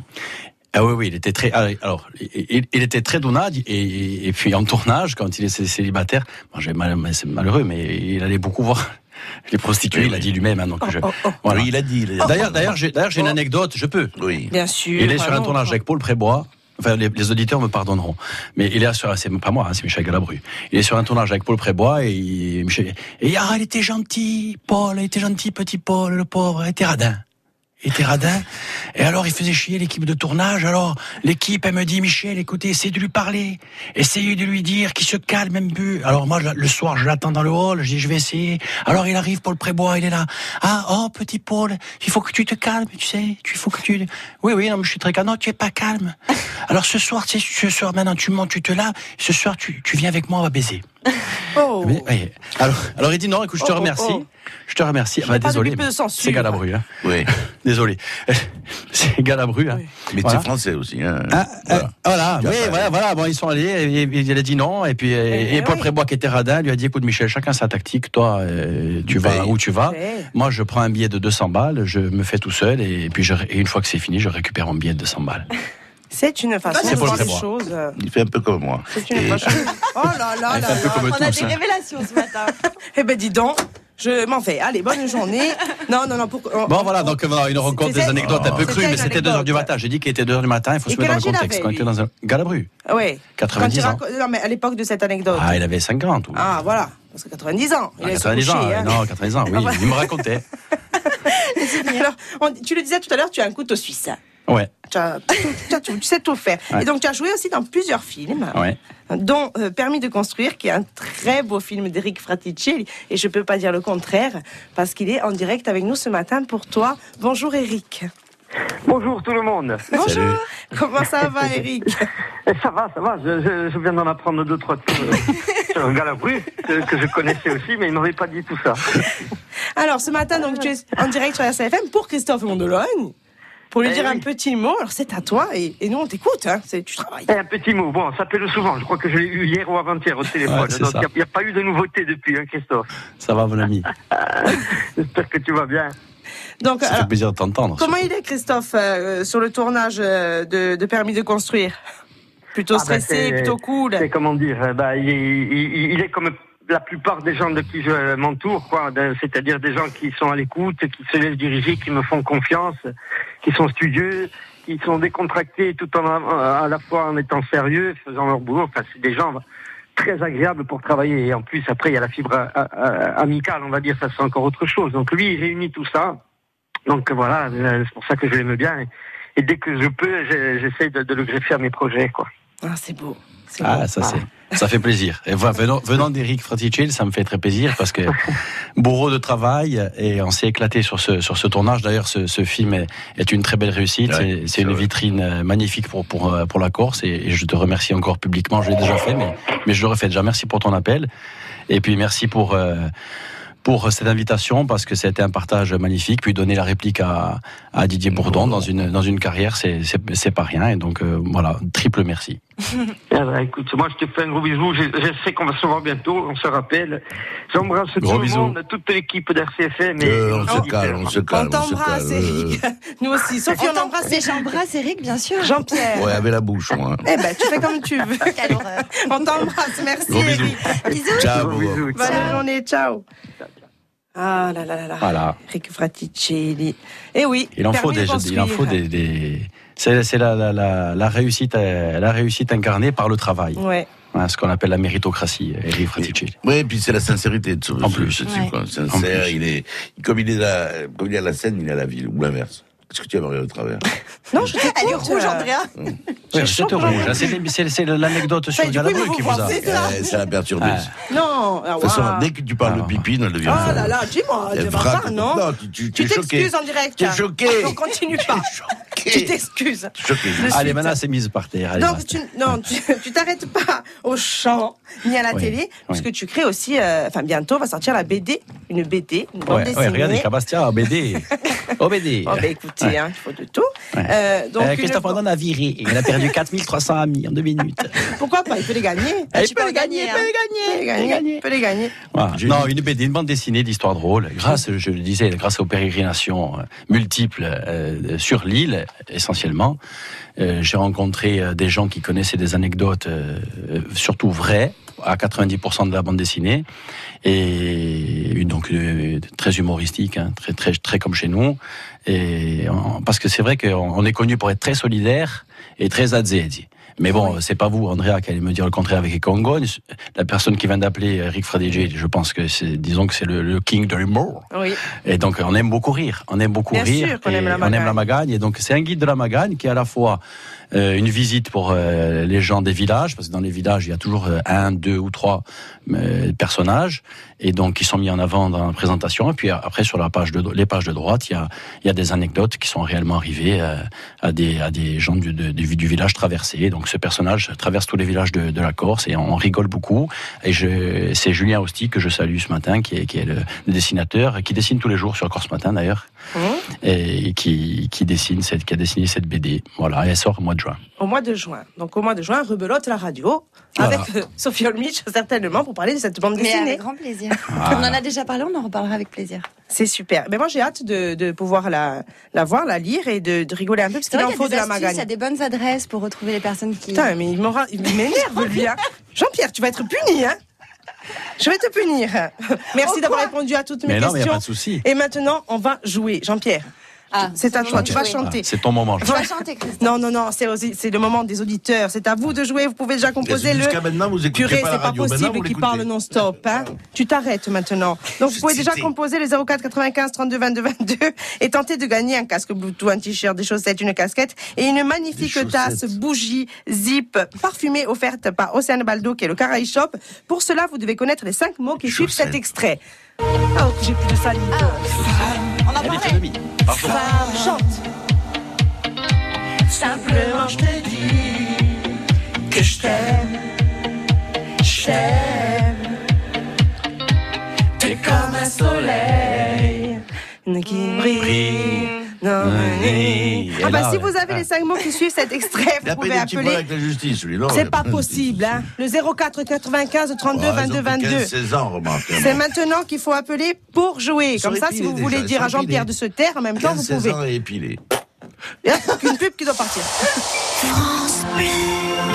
S6: Ah oui, oui, il était très. ah, Alors, il- il, il était très donade et- et, et puis en tournage quand il était célibataire, bon, j'ai mal, mais c'est malheureux, mais il allait beaucoup voir les prostituées.
S5: Oui,
S6: il a
S5: oui. Oh,
S6: dit lui-même. hein, donc je- voilà.
S5: Oui, il a dit. il a-
S6: D'ailleurs, d'ailleurs, j'ai d'ailleurs, j'ai une anecdote. Je peux.
S5: Oui.
S3: Bien sûr.
S6: Il est sur un
S3: alors.
S6: tournage avec Paul Prébois. Enfin, les, les auditeurs me pardonneront, mais il est sur c'est pas moi, hein, c'est Michel Galabru. Il est sur un tournage avec Paul Prébois et, il- Michel- et ah, il était gentil, Paul, il était gentil, petit Paul, le pauvre, il était radin. Il était radin. Et alors, il faisait chier l'équipe de tournage. Alors, l'équipe, elle me dit, Michel, écoutez, essayez de lui parler. Essayez de lui dire qu'il se calme un peu. Alors, moi, je- le soir, je l'attends dans le hall. Je dis, je vais essayer. Alors, il arrive, Paul Prébois, il est là. Ah, oh, petit Paul, il faut que tu te calmes, tu sais. Tu, il faut que tu... Oui, oui, non, mais je suis très calme. Non, tu es pas
S11: <laughs>
S6: calme. Alors, ce soir, tu sais, ce soir, maintenant, tu montes, tu te laves. Ce soir, tu, tu viens avec moi, on va baiser.
S3: Oh.
S6: Mais, Eh oui. alors, alors, il dit, non, écoute, je te
S3: Oh, oh,
S6: remercie.
S3: oh.
S6: Je te remercie. Ah, bah,
S3: pas de
S6: désolé.
S3: bip de
S6: mais
S3: censure.
S6: C'est Galabru, hein.
S5: Oui.
S6: <laughs> Désolé. C'est Galabru, hein.
S5: Mais
S6: Voilà.
S5: c'est français aussi. Hein.
S6: Ah, euh,
S5: Voilà.
S6: voilà,
S5: Tu as
S6: oui,
S5: pas-
S6: voilà, voilà. Bon, ils sont allés, et, et- il a dit non, et puis et,
S3: Eh
S6: et Paul
S3: oui.
S6: Prébois qui était radin lui a dit écoute Michel, chacun sa tactique, toi euh, tu vas
S5: Ben,
S6: où tu vas.
S3: ouais.
S6: Moi je prends un billet de 200 balles, je me fais tout seul et, puis je- et une fois que c'est fini, je récupère mon billet de 200 balles.
S3: C'est une façon
S6: c'est
S3: de
S6: Paul
S3: voir les
S6: Prébois.
S3: choses.
S5: <laughs> Il fait un peu comme moi.
S3: C'est
S5: Et-
S3: une
S6: <laughs>
S3: bonne chose. Oh là là
S6: Ouais, c'est
S3: là
S6: un peu
S3: là.
S6: comme
S4: On a
S6: tous,
S4: des
S6: hein.
S4: révélations ce matin.
S3: <laughs> Eh ben dis donc, je m'en vais. Allez, bonne journée. Non, non, non. Pour...
S6: Bon voilà, donc euh, voilà, une rencontre des
S3: C'était-
S6: anecdotes un peu
S3: C'était
S6: crues,
S3: une
S6: mais c'était 2 heures du
S3: anecdote.
S6: matin. J'ai dit qu'il était 2 heures du matin, il faut
S3: Et
S6: se mettre dans
S3: quel
S6: le
S3: âge il
S6: contexte.
S3: avait,
S6: Quand il
S3: lui
S6: était dans un Galabru,
S3: Oui.
S6: 90 ans.
S3: Non, mais à l'époque de cette anecdote.
S6: Ah, il avait 50 ou.
S3: Ah, voilà. Parce que 90 ans.
S6: Ah,
S3: il Ah, est
S6: 90 ans,
S3: couché,
S6: euh,
S3: hein.
S6: non, 90
S3: <laughs>
S6: ans, oui,
S3: ouais.
S6: il me racontait.
S3: Alors, on- tu le disais tout à l'heure, tu as un couteau suisse.
S6: Ouais,
S3: Tu, as tout- tu as tout- tu sais tout faire.
S6: Ouais.
S3: Et donc, tu as joué aussi dans plusieurs films,
S6: ouais.
S3: dont euh, Permis de construire, qui est un très beau film d'Eric Fraticelli. Et je ne peux pas dire le contraire, parce qu'il est en direct avec nous ce matin pour toi. Bonjour, Eric.
S12: Bonjour tout le monde.
S3: Bonjour. Comment ça va, Eric
S12: <laughs> Eh, Ça va, ça va. Je, je- je viens d'en apprendre deux trois petits
S6: <laughs>
S12: sur un gars à la rue, que, que je connaissais aussi, mais il m'avait pas dit tout ça.
S3: Alors, ce matin, donc, tu es en direct sur la CFM pour Christophe Mondelogne. Pour lui
S12: Eh
S3: dire un
S12: oui.
S3: petit mot, alors c'est à toi et, et nous on t'écoute, hein, C'est- tu travailles.
S12: Et un petit mot. Bon, ça s'appelle souvent. Je crois que je l'ai eu hier ou avant-hier au téléphone.
S6: Ouais, c'est
S12: Donc
S6: ça.
S12: il n'y a, pas eu de nouveauté depuis, hein, Christophe.
S6: Ça va, mon ami.
S12: <laughs> J'espère que tu vas bien.
S3: Donc,
S6: Ça
S3: alors,
S6: fait plaisir de t'entendre.
S3: comment il est Christophe euh, sur le tournage euh, de, de Permis de construire Plutôt
S12: Ah, ben,
S3: stressé,
S12: c'est-
S3: plutôt cool.
S12: C'est comment dire euh, bah, il, il- il est comme la plupart des gens de qui je m'entoure, quoi. de- C'est-à-dire des gens qui sont à l'écoute, qui se laissent diriger, qui me font confiance, qui sont studieux, qui sont décontractés tout en à la fois en étant sérieux, faisant leur boulot. Enfin, c'est des gens très agréables pour travailler. Et en plus, après, il y a la fibre a- a- amicale, on va dire. Ça, c'est encore autre chose. Donc lui, il réunit tout ça. Donc voilà, euh, c'est pour ça que je l'aime bien. Et dès que je peux, j'ai- j'essaie de, de le greffer à mes projets, quoi.
S3: Ah, c'est beau. c'est beau.
S6: Ah, ça, c'est. Ça fait plaisir. Et voilà, venant, venant d'Eric Fraticelli, ça me fait très plaisir parce que bourreau de travail et on s'est éclaté sur ce, sur ce tournage. D'ailleurs, ce, ce film est, est une très belle réussite.
S5: Ouais,
S6: C'est- c'est
S5: c'est
S6: une
S5: vrai.
S6: vitrine euh, magnifique pour, pour, euh, pour la Corse et, et je te remercie encore publiquement. Je l'ai déjà fait, mais, mais je le refais déjà. Merci pour ton appel. Et puis, merci pour, euh, pour cette invitation parce que c'était un partage magnifique. Puis donner la réplique à, à Didier Bourdon dans une, dans une carrière, c'est- c'est c'est pas rien. Et donc, euh, voilà, triple merci.
S12: Eh ben, écoute, moi je te fais un gros bisou. Je, je sais qu'on va se voir bientôt, on se rappelle. J'embrasse tout
S6: Gros
S12: le
S6: bisous.
S12: monde, toute l'équipe d'RCFM. et-
S5: Euh, on
S12: Oh.
S5: se calme, on se calme.
S3: On
S5: se
S3: t'embrasse,
S5: calme, euh,
S3: Eric. Nous aussi. Sophie, on embrasse
S4: Mais j'embrasse Eric, bien sûr.
S3: Jean-Pierre.
S5: Ouais, avec la bouche,
S3: <laughs>
S5: moi.
S3: Eh ben, tu fais comme tu veux.
S4: Quelle horreur.
S3: On t'embrasse. Merci,
S5: Gros bisous.
S3: Eric.
S4: Bisous.
S5: Ciao,
S12: Gros
S5: Bobo.
S12: bisous, ciao.
S3: Bonne journée. Ciao. Ah là là là là.
S6: Voilà.
S3: Eric Fraticelli. Eh oui.
S6: Il en faut
S3: Permis de
S6: des, il en faut
S3: construire.
S6: des, des... c'est c'est la, la, la, la réussite, euh, la réussite incarnée par le travail,
S3: Ouais.
S6: Hein, ce qu'on appelle la méritocratie. euh, Eric Fraticelli.
S5: Oui, et puis c'est la sincérité de ce,
S6: En plus.
S5: ce type.
S4: Ouais.
S5: quoi. Sincère,
S6: En plus.
S5: il est, comme il est, là, comme il est à la scène, il est à la ville, ou l'inverse. Qu'est-ce que tu as marié
S6: <laughs>
S5: au travers
S3: Non, je t'écoute.
S4: Elle est rouge,
S3: euh,
S4: Andrea.
S6: Ouais,
S3: chaud
S6: C'est
S3: pour
S6: rouge, hein, c'est l'é- c'est- c'est l'anecdote sur
S3: Bah, du coup, il
S6: Galabru
S3: veut vous
S6: qui vous
S3: voir,
S6: a.
S3: c'est ça.
S5: Euh, Ça l'a perturbé.
S6: Ah.
S3: Non. Ah,
S5: De toute façon,
S3: waouh.
S5: dès que tu parles
S6: Ah.
S5: de pipi, elle devient
S3: Ah
S5: folle.
S3: là là, dis-moi,
S5: Elle
S3: dis-moi
S5: frappe.
S3: ça, non
S5: tu, tu, tu
S3: Tu
S5: es choqué.
S3: t'excuses en direct.
S5: T'es
S3: hein.
S5: choqué.
S3: On continue pas. Tu t'excuses.
S5: Choqué.
S6: Allez,
S3: suite.
S6: maintenant c'est mise par terre. allez,
S3: Donc
S6: basta.
S3: tu non, tu tu t'arrêtes pas au chant ni à la
S6: Oui,
S3: télé, parce que tu crées aussi. euh, Enfin, bientôt va sortir la BD, une BD, une bande
S6: Ouais,
S3: dessinée.
S6: ouais, regardez, Cabastia,
S3: <laughs>
S6: BD. Oh, BD.
S3: Oh, bah, écoutez, hein, il faut de tout.
S6: Ouais.
S3: Euh, donc,
S6: Euh,
S3: une-
S6: Christophe Andon a viré. Il a perdu 4300 amis en deux minutes.
S3: pourquoi pas Il peut les gagner.
S6: Il
S3: Tu peux les gagner, Eh, il peut les gagner, il peut les gagner, il peut les gagner.
S6: Voilà.
S5: J'ai
S6: Ah, Non, une BD, une bande dessinée d'histoires drôles. Grâce, je le disais, grâce aux pérégrinations euh, multiples euh, sur l'île, essentiellement, euh, j'ai rencontré euh, des gens qui connaissaient des anecdotes, euh, euh, surtout vraies, à 90% de la bande dessinée, et une- donc euh, très humoristique, hein, très très très comme chez nous. Et on- parce que c'est vrai qu'on on est connu pour être très solidaire et très adzédi. Mais bon, c'est pas vous, Andrea, qui allez me dire le contraire avec les Congogne. La personne qui vient d'appeler Eric Fradegé, je pense que c'est, disons que c'est le, le king de l'humour.
S3: <laughs> Oui.
S6: Et donc, on aime beaucoup rire. On aime beaucoup
S3: Bien
S6: rire.
S3: sûr qu'on
S6: et
S3: aime la
S6: on
S3: Magagne.
S6: aime la Magagne. Et donc, c'est un guide de la Magagne qui est à la fois euh, une visite pour euh, les gens des villages, parce que dans les villages, il y a toujours euh, un, deux ou trois euh, personnages, et donc qui sont mis en avant dans la présentation. Et puis après, sur la page de, les pages de droite, il y a, il y a des anecdotes qui sont réellement arrivées euh, à, des, à des gens du, de- du, du village traversé. Et Donc, ce personnage traverse tous les villages de, de la Corse et on rigole beaucoup. Et je, c'est Julien Hosty que je salue ce matin, qui est, qui est le, le dessinateur, qui dessine tous les jours sur Corse Matin d'ailleurs,
S3: Mmh.
S6: et qui, qui dessine cette, qui a dessiné cette BD. Voilà, et elle sort au mois de juin.
S3: Au mois de juin. Donc au mois de juin, rebelote la radio
S6: Voilà.
S3: avec euh, Sophie Olmich certainement pour parler de cette bande
S4: Mais
S3: dessinée.
S4: avec grand plaisir.
S6: Voilà.
S4: On en a déjà parlé, on en reparlera avec plaisir.
S3: C'est super. Mais moi j'ai hâte de, de pouvoir la, la voir, la lire et de, de rigoler un peu parce
S4: C'est
S3: qu'il
S4: vrai
S3: en
S4: qu'il y a
S3: faut de
S4: des
S3: la
S4: astuces, il y
S3: magagne.
S4: a des bonnes adresses pour retrouver les personnes qui...
S3: Putain, mais il m'aura- il
S4: <laughs>
S3: m'énerve lui. hein. Jean-Pierre, tu vas être puni, hein Je vais te
S4: <laughs>
S3: punir. Merci d'avoir répondu à toutes mes
S6: Mais non, mais il n'y a
S3: questions.
S6: pas de souci.
S3: Et maintenant, on va jouer, Jean-Pierre.
S4: Ah,
S3: c'est à
S4: c'est
S3: toi,
S4: bon,
S3: tu
S4: oui.
S3: vas
S4: Ah,
S3: chanter.
S13: C'est ton moment.
S4: Tu vas chanter, Christophe.
S3: Non, non, non, c'est aussi- c'est le moment des auditeurs. C'est à vous de jouer. Vous pouvez déjà composer le.
S14: Jusqu'à maintenant, vous écoutez
S3: Purée,
S14: pas la
S3: c'est pas
S14: radio. Maintenant,
S3: possible
S14: vous
S3: qu'il
S14: l'écoutez.
S3: parle non-stop. Hein tu t'arrêtes maintenant. Donc, vous
S14: Je
S3: pouvez déjà
S14: t'ai-
S3: composer le 04 95 32 22 22 et tenter de gagner un casque Bluetooth, un t-shirt, des chaussettes, une casquette et une magnifique
S14: Des
S3: tasse
S14: chaussettes.
S3: bougie zip parfumée offerte par Océane Baldo qui est le Caraï Shop. Pour cela, vous devez connaître les cinq mots qui suivent cet
S14: Chaussettes.
S3: extrait. Ah, j'ai plus de salle.
S4: On en parlait.
S3: chante. Simplement, je te dis que je t'aime. Je t'aime. T'es comme un soleil qui brille. dans mon nez.
S13: Et
S3: Ah bah
S13: là,
S3: si
S13: ouais.
S3: vous avez les cinq mots qui suivent cet extrait,
S14: Il a
S3: vous
S14: pas
S3: pouvez
S14: des petits problèmes avec
S3: appeler.
S14: la justice, celui-là.
S3: C'est pas
S5: <laughs>
S3: possible, hein. Le 04 95 32 22 22.
S14: 16 ans, remarque.
S3: C'est maintenant qu'il faut appeler pour jouer.
S14: Ils
S3: Comme
S14: sont
S3: ça, si
S14: épilés
S3: vous voulez
S14: déjà,
S3: dire
S14: ils
S3: à
S14: sont
S3: Jean-Pierre
S14: épilés.
S3: de se taire, en même temps, vous
S14: 15-16
S3: pouvez.
S14: ans et épilé.
S3: Il y a qu'une pub qui doit partir.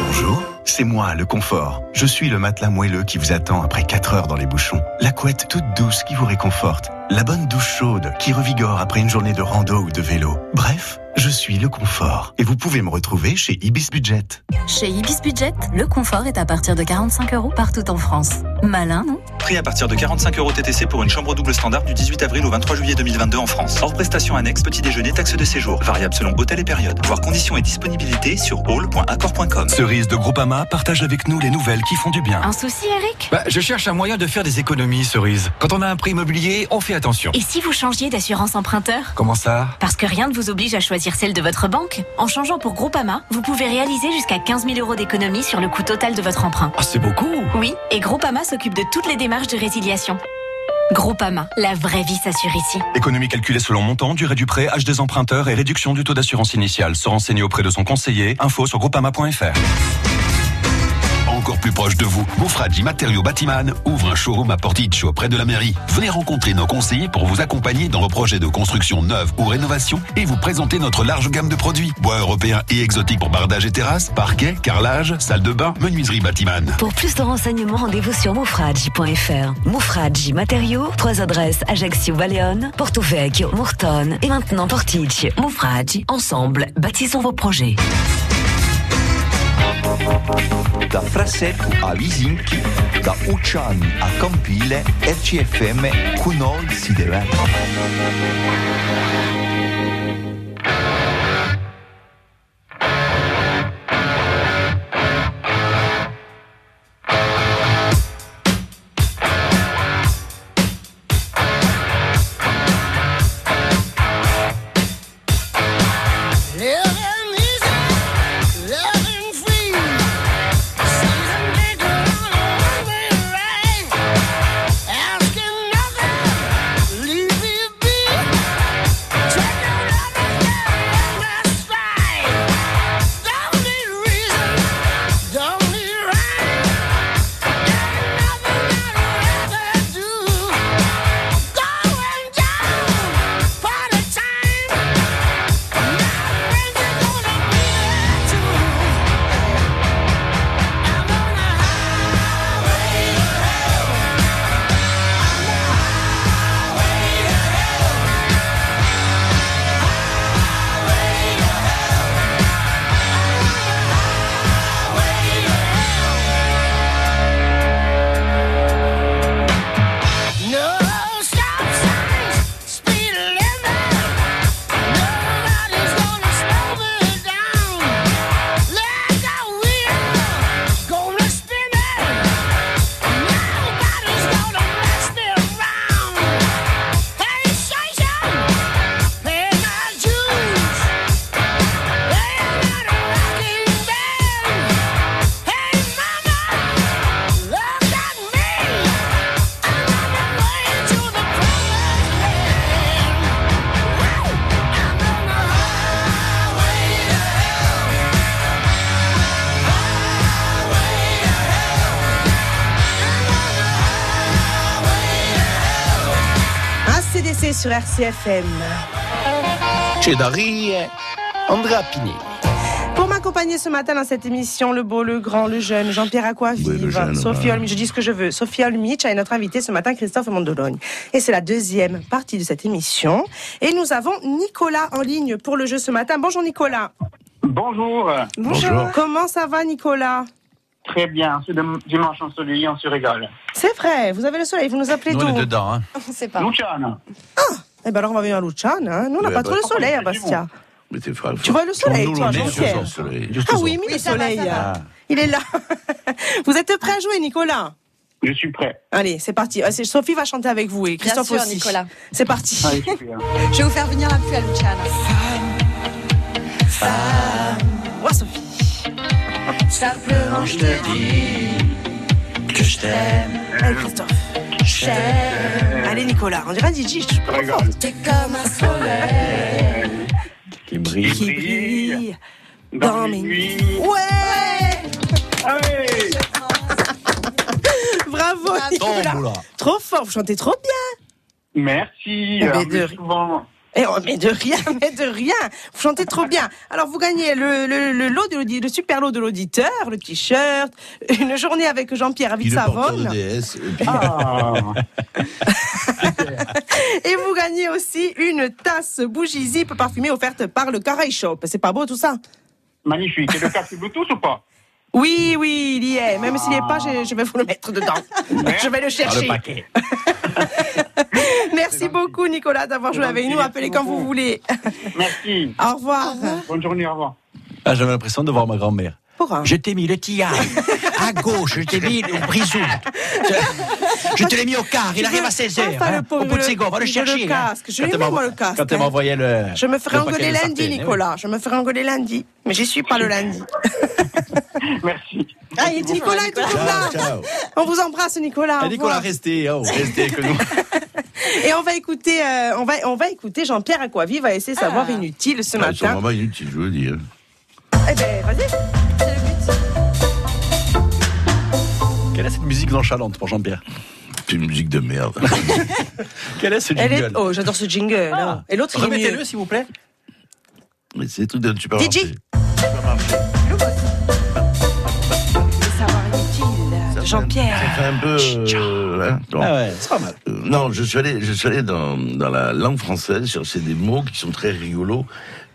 S15: Bonjour, c'est moi, le confort. Je suis le matelas moelleux qui vous attend après 4 heures dans les bouchons. La couette toute douce qui vous réconforte. La bonne douche chaude qui revigore après une journée de rando ou de vélo. Bref, je suis le confort. Et vous pouvez me retrouver chez Ibis Budget.
S11: Chez Ibis Budget, le confort est à partir de 45 euros partout en France. Malin, non
S16: Prix à partir de 45 euros TTC pour une chambre double standard du 18 avril au 23 juillet 2022 en France. Hors prestations annexes, petit déjeuner, taxe de séjour. Variable selon hôtel et période. Voir conditions et disponibilité sur hall.accor.com.
S1: Cerise de Groupama partage avec nous les nouvelles qui font du bien.
S11: Un souci, Eric
S1: Bah, je cherche un moyen de faire des économies, Cerise. Quand on a un prix immobilier, on fait attention.
S11: Et si vous changiez d'assurance emprunteur
S1: Comment ça
S11: Parce que rien ne vous oblige à choisir celle de votre banque. En changeant pour Groupama, vous pouvez réaliser jusqu'à 15 000 euros d'économie sur le coût total de votre emprunt.
S1: Ah, c'est beaucoup
S11: Oui, et Groupama s'occupe de toutes les démarches de résiliation. Groupama, la vraie vie s'assure ici.
S1: Économie calculée selon montant, durée du prêt, âge des emprunteurs et réduction du taux d'assurance initiale. Se renseigner auprès de son conseiller. Info sur groupama.fr.
S5: Encore plus proche de vous, Monfraggi Matériaux Batiman ouvre un showroom à Porticcio auprès de la mairie. Venez rencontrer nos conseillers pour vous accompagner dans vos projets de construction neuve ou rénovation et vous présenter notre large gamme de produits. Bois européens et exotiques pour bardage et terrasse, parquet, carrelage, salle de bain, menuiserie Batiman.
S17: Pour plus de renseignements, rendez-vous sur moufraji.fr. Moufraji Matériaux, trois adresses Ajaccio, Baleone, Porto Vecchio, Mourton et maintenant Portici. Moufraji, ensemble, bâtissons vos projets.
S18: Da Frassetto a Visinchi, da Ucciani a Campile, RCFM con noi si deve.
S2: Living easy, living free. Season ticket on every ride. Asking nothing, leave me be. Taking everything in my stride. Don't need reason, don't need rhyme. Got nothing I'd rather do. Going down for the time. No stop signs, speed limit. Nobody's gonna slow me down. Like a wheel, gonna spin it. Nobody's gonna mess me around. Hey, station, pay my dues. They got a rocking band. Hey, mama, look at me.
S3: Un CDC sur RCFM.
S10: Chez Dari, Andrea Pini.
S3: Pour ma accompagné ce matin dans cette émission le beau, le grand, le jeune, Jean-Pierre Aquavive,
S5: jeune,
S3: Sophie
S5: ouais.
S3: Olmich, je dis ce que je veux, Sophie Olmich est notre invitée ce matin, Christophe Mandologne. Et c'est la deuxième partie de cette émission. Et nous avons Nicolas en ligne pour le jeu ce matin. Bonjour Nicolas.
S19: Bonjour.
S3: Comment ça va Nicolas
S19: Très bien. C'est dim- dimanche ensoleillé, on se régale.
S3: C'est vrai, vous avez le soleil, vous nous appelez d'où
S6: dedans. Hein.
S3: On sait pas.
S19: Luciane.
S3: Ah Eh ben alors on va venir à Luciane. hein. Nous on n'a
S5: Ouais, bah,
S3: pas trop le
S5: pourquoi
S3: soleil à
S5: pas chez vous
S3: Bastia.
S5: Mais t'es frère.
S3: Tu vois le soleil,
S5: Nous,
S3: toi,
S5: on est
S3: Jean-Pierre.
S5: sur le soleil.
S3: Ah oui, mais le soleil, euh, il est là. <laughs> vous êtes prêt à jouer Nicolas
S19: Je suis prêt.
S3: Allez, c'est parti. Ah, c'est- Sophie va chanter avec vous et
S4: Bien
S3: Christophe
S4: sûr,
S3: aussi.
S4: Nicolas.
S3: C'est parti. <laughs>
S4: Je vais vous faire venir la pluie à Luciana.
S3: Oh, Sophie.
S7: Simplement, je te dis que je t'aime.
S3: Allez, Christophe. Allez, Nicolas, on dirait DJ. Je suis pas forte.
S7: T'es comme un soleil.
S6: Qui brille.
S3: Qui brille dans mes nuits. Ouais <laughs> Bravo, Nicolas.
S19: Tombe, là.
S3: Trop fort, vous chantez trop bien.
S19: Merci.
S3: Mais
S19: Alors,
S3: de-
S19: plus souvent.
S3: Eh, oh, mais de rien, <laughs> mais de rien. Vous chantez trop bien. Alors, vous gagnez le, le- le lot de l'audi- le super lot de l'auditeur, le t-shirt, une journée avec Jean-Pierre
S5: Il est porteur de
S3: Savonne.
S5: DS. et puis-
S3: Ah. <laughs> Et vous gagnez aussi une tasse bougie zip parfumée offerte par le Carré Shop. C'est pas beau tout ça
S19: Magnifique. Et le casque Bluetooth ou pas
S3: Oui, oui, il y est. Même s'il n'est pas, je, je vais vous le mettre dedans. je
S5: Ah,
S3: vais le chercher. <laughs> Merci beaucoup, Nicolas, d'avoir joué avec nous. Appelez quand vous voulez.
S19: <laughs> Merci.
S3: Au revoir.
S19: Bonne journée, au revoir.
S6: Ah, J'avais l'impression de voir ma grand-mère.
S3: Pourquoi
S6: Je t'ai mis le tillage. À gauche, je t'ai mis le brisou. Je te l'ai mis au quart. Ah, Il arrive à 16 heures.
S3: Enfin, le
S6: hein.
S3: pauvre,
S6: Au bout de
S3: le-
S6: 5 secondes, va le
S3: le
S6: chercher. hein.
S3: casque. Je lui
S6: Quand elle
S3: mets,
S6: m'a-
S3: moi, le casque,
S6: Quand elle
S3: hein.
S6: m'envoyait le.
S3: Je me ferai
S6: Euh, le paquet
S3: engueuler
S6: de
S3: lundi,
S6: sartènes, eh oui.
S3: Nicolas. Je me ferai engueuler lundi. Mais j'y suis pas le
S6: <laughs>
S3: lundi. Merci. Ah, et Nicolas est toujours
S6: Ah,
S3: là. On vous embrasse, Nicolas.
S6: Eh,
S3: Au
S6: Nicolas,
S3: revoir.
S6: restez. oh, restez avec nous.
S3: Et on va écouter, euh, on va, on va écouter Jean-Pierre Aquavive à
S6: Ah.
S3: essayer savoir inutile ce
S5: Ah, Ils sont
S3: matin.
S5: vraiment inutiles, je veux dire.
S3: Eh ben, vas-y.
S6: Quelle est cette musique nonchalante pour Jean-Pierre
S5: C'est une musique de merde.
S6: Quelle est ce
S3: Elle
S6: jingle Ah.
S3: est... Oh, j'adore ce jingle. hein. Et l'autre, il est
S6: Remettez-le,
S3: mieux.
S6: s'il vous plaît.
S5: Mais c'est tout d'un super.
S3: DJ.
S6: Ah.
S3: Savoir inutile. Jean-Pierre.
S5: Enfin, un peu. euh, hein, bon.
S6: Ah c'est pas mal.
S5: Euh, Non, je suis allé, je suis allé dans, dans la langue française chercher des mots qui sont très rigolos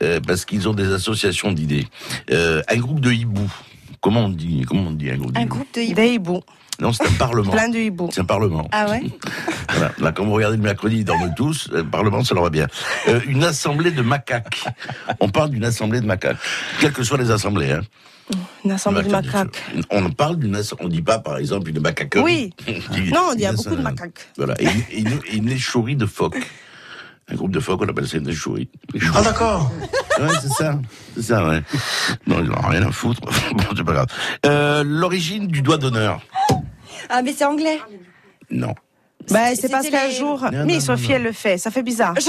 S5: euh, parce qu'ils ont des associations d'idées. Euh, un groupe de hiboux. Comment on dit Comment on dit un groupe de
S4: Un
S5: hiboux
S4: groupe de hiboux.
S3: Des hiboux.
S5: Non, c'est un parlement.
S3: Plein de hiboux.
S5: C'est un parlement.
S4: Ah ouais
S5: Voilà. Là, quand vous regardez le mercredi, ils dorment tous. euh, Le Parlement, ça leur va bien. Euh, une assemblée de macaques. On parle d'une assemblée de macaques, quelles que soient les assemblées. Hein.
S3: Une assemblée de
S5: Macaques, bien
S3: macaques.
S5: sûr. On parle d'une assemblée. On dit pas, par exemple, une macaque.
S3: Oui. Non, il y a beaucoup de macaques.
S5: Voilà. Et, une- et une, et une échourie de phoques. Un groupe de phoques, on appelle ça une échourie.
S10: Ah d'accord
S5: Ouais, c'est ça. C'est ça, ouais. Non, ils n'en ont rien à foutre. <laughs> Bon, c'est pas grave. Euh, L'origine du doigt d'honneur.
S4: Ah, mais c'est anglais.
S5: Non.
S3: Bah, c'est parce
S4: C'était
S3: qu'un
S4: les-
S3: jour,
S5: non,
S3: mais
S5: non,
S3: Sophie, elle le fait. Ça fait
S4: <laughs>
S3: bizarre.
S5: mais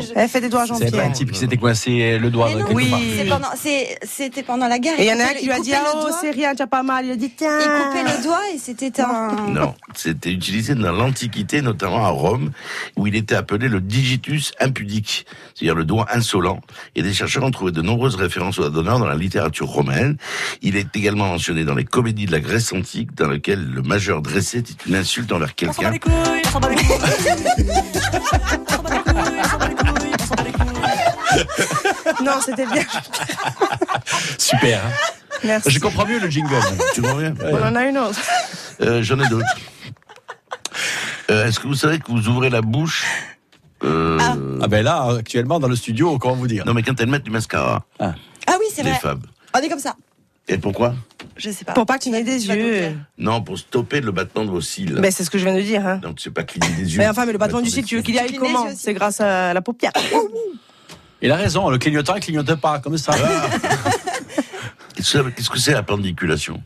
S4: je-
S3: Elle fait des doigts à
S6: C'est pas
S3: Jean-Pierre.
S6: un type qui s'était coincé le doigt
S4: Mais
S6: quelque
S4: non,
S6: part.
S4: c'est pendant- c'est- c'était pendant la guerre.
S3: Et il y
S4: Il
S3: en a un
S4: coupait
S3: qui
S4: le-
S3: lui a
S4: il
S3: dit
S4: coupait
S3: Ah,
S4: le
S3: oh,
S4: doigt.
S3: c'est rien, t'as pas mal. Il a dit Tiens.
S4: Il coupait le doigt et c'était un.
S5: Non, c'était utilisé dans l'Antiquité, notamment à Rome, où il était appelé le digitus impudique, c'est-à-dire le doigt insolent. Et des chercheurs ont trouvé de nombreuses références au doigt d'honneur dans la littérature romaine. Il est également mentionné dans les comédies de la Grèce antique, dans lesquelles le majeur dressé est une insulte envers quelqu'un.
S4: <laughs>
S3: Non, c'était bien.
S6: Super. hein.
S3: Merci.
S6: Je comprends mieux le jingle.
S5: Ah, Tu vois bien
S3: On en a une autre.
S5: Euh, J'en ai d'autres. Euh, Est-ce que vous savez que vous ouvrez la bouche euh,
S6: Ah ben là, actuellement, dans le studio, comment vous dire
S5: Non, mais quand elles mettent du mascara,
S4: Ah oui, c'est
S5: les
S4: vrai.
S5: femmes.
S4: On est comme ça.
S5: Et pourquoi
S4: Je sais pas.
S3: Pour pas qu'il ait des yeux.
S5: Non, pour stopper le battement de vos cils.
S3: Ben, c'est ce que je viens de dire. hein.
S5: Donc c'est pas cligner des yeux.
S3: Mais enfin, mais le battement du
S5: Attendez.
S3: cil, tu veux qu'il y aille
S4: Clignez
S3: comment
S4: les yeux aussi. Oh,
S3: C'est grâce à la paupière.
S4: <coughs>
S6: Il a raison, le clignotant, il clignote pas, comme ça.
S3: Ah.
S6: Ah,
S5: Qu'est-ce que- qu'est-ce que c'est la pendiculation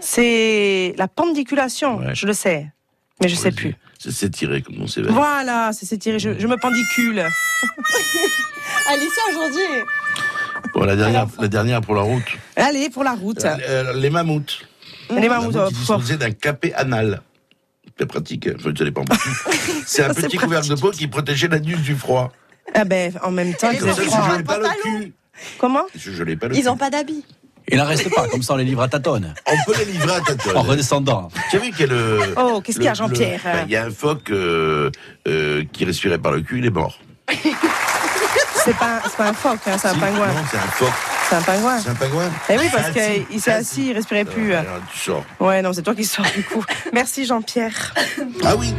S3: C'est la pendiculation,
S5: Ouais.
S3: je le sais. Mais je sais plus.
S5: C'est s'étirer comme on
S3: <laughs>
S5: s'éveille.
S3: Voilà, c'est s'étirer. Je, je me pendicule.
S4: <laughs> Alicia, aujourd'hui.
S5: Bon, la dernière, la dernière pour la route.
S3: Allez, pour la route.
S5: Euh, les mammouths.
S3: Les mammouths.
S5: mammouths,
S3: oh,
S5: ils
S3: fort.
S5: disposaient d'un capet anal. C'est pratique. hein. Enfin, ça
S3: <laughs>
S5: dépend. c'est un
S3: Ça, c'est
S5: petit couvercle de peau qui protégeait l'anus du froid.
S3: Ah ben, en même temps, il
S5: Comme
S3: faisait
S5: ça, tu
S3: froid.
S5: jouais pas le cul.
S3: Comment
S5: Je, je l'ai pas le
S4: Ils n'ont pas d'habits.
S6: Il n'en reste pas, comme ça on les livre à tâtonnes.
S5: On peut les livrer à tâtonnes.
S6: En redescendant.
S5: Tu as vu qu'il y a le.
S3: Oh, qu'est-ce qu'il y a,
S5: le-
S3: Jean-Pierre
S5: le- ben, Il y a un phoque euh, euh, qui respirait par le cul, il est mort.
S3: <laughs> C'est pas, c'est pas un phoque, hein, c'est un pingouin.
S5: Non, c'est un phoque.
S3: C'est un pingouin.
S5: C'est un pingouin
S3: Eh oui, parce
S5: Ah, si.
S3: qu'il s'est assis, il respirait plus.
S5: Alors, tu sors.
S3: Ouais, non, c'est toi qui sors du coup. Merci Jean-Pierre.
S5: Ah oui,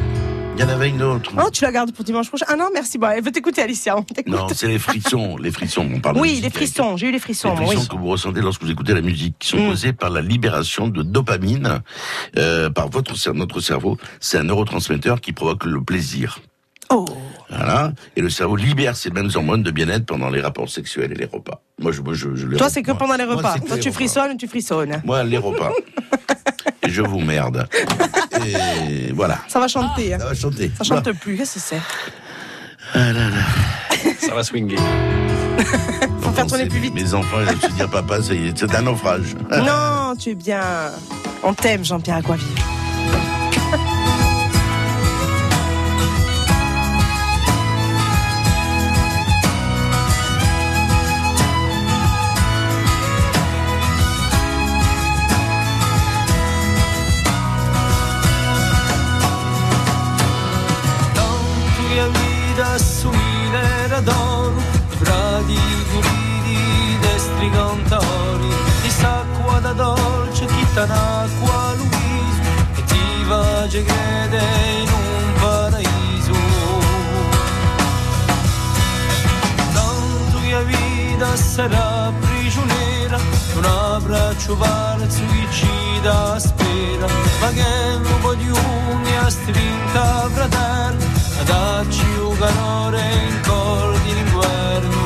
S5: il y en avait une autre.
S3: Oh, tu la gardes pour dimanche prochain. Ah non, merci. Bon, elle veut t'écouter, Alicia. On t'écoute.
S5: Mm. Non, c'est les frissons. Les frissons, on parle de
S3: Oui,
S5: musique
S3: les
S5: avec-
S3: frissons. J'ai eu les
S5: Les
S3: frissons. moi,
S5: frissons
S3: oui. Mm.
S5: que vous ressentez lorsque vous écoutez la musique, qui sont causés par la libération de dopamine euh, par votre cer- notre cerveau. C'est un neurotransmetteur qui provoque le plaisir.
S3: Oh.
S5: Voilà. Et le cerveau libère ces mêmes hormones de bien-être pendant les rapports sexuels et les repas. Moi, je, moi, je, je les
S3: Toi,
S5: repas.
S3: c'est que pendant les
S5: Moi,
S3: repas.
S5: c'est que
S3: Toi,
S5: les
S3: tu
S5: repas.
S3: frissonnes, tu frissonnes. hein
S5: Moi, les repas. et je vous merde. Et voilà.
S3: Ça va chanter. hein.
S5: Ça va chanter.
S3: Ça chante plus. Qu'est-ce que c'est
S5: Ah là là.
S6: Ça va swinguer.
S3: Faut faire tourner plus vite.
S5: Mes enfants, ils vont se dire, papa, ça y est, c'est un naufrage.
S3: Non, tu es bien. On t'aime, Jean-Pierre Aquavive.
S9: Tanti a sulle d'oro, fra di furidi de strigantori, di sacqua da dolce, chittanacqua Luiso, e ti va crede in un paraiso. Tanto che a vita sarà prigioniera di un abbraccio valso che ci dà spera ma che non può di una strinta fraterna dacci un calore in cor di l'inverno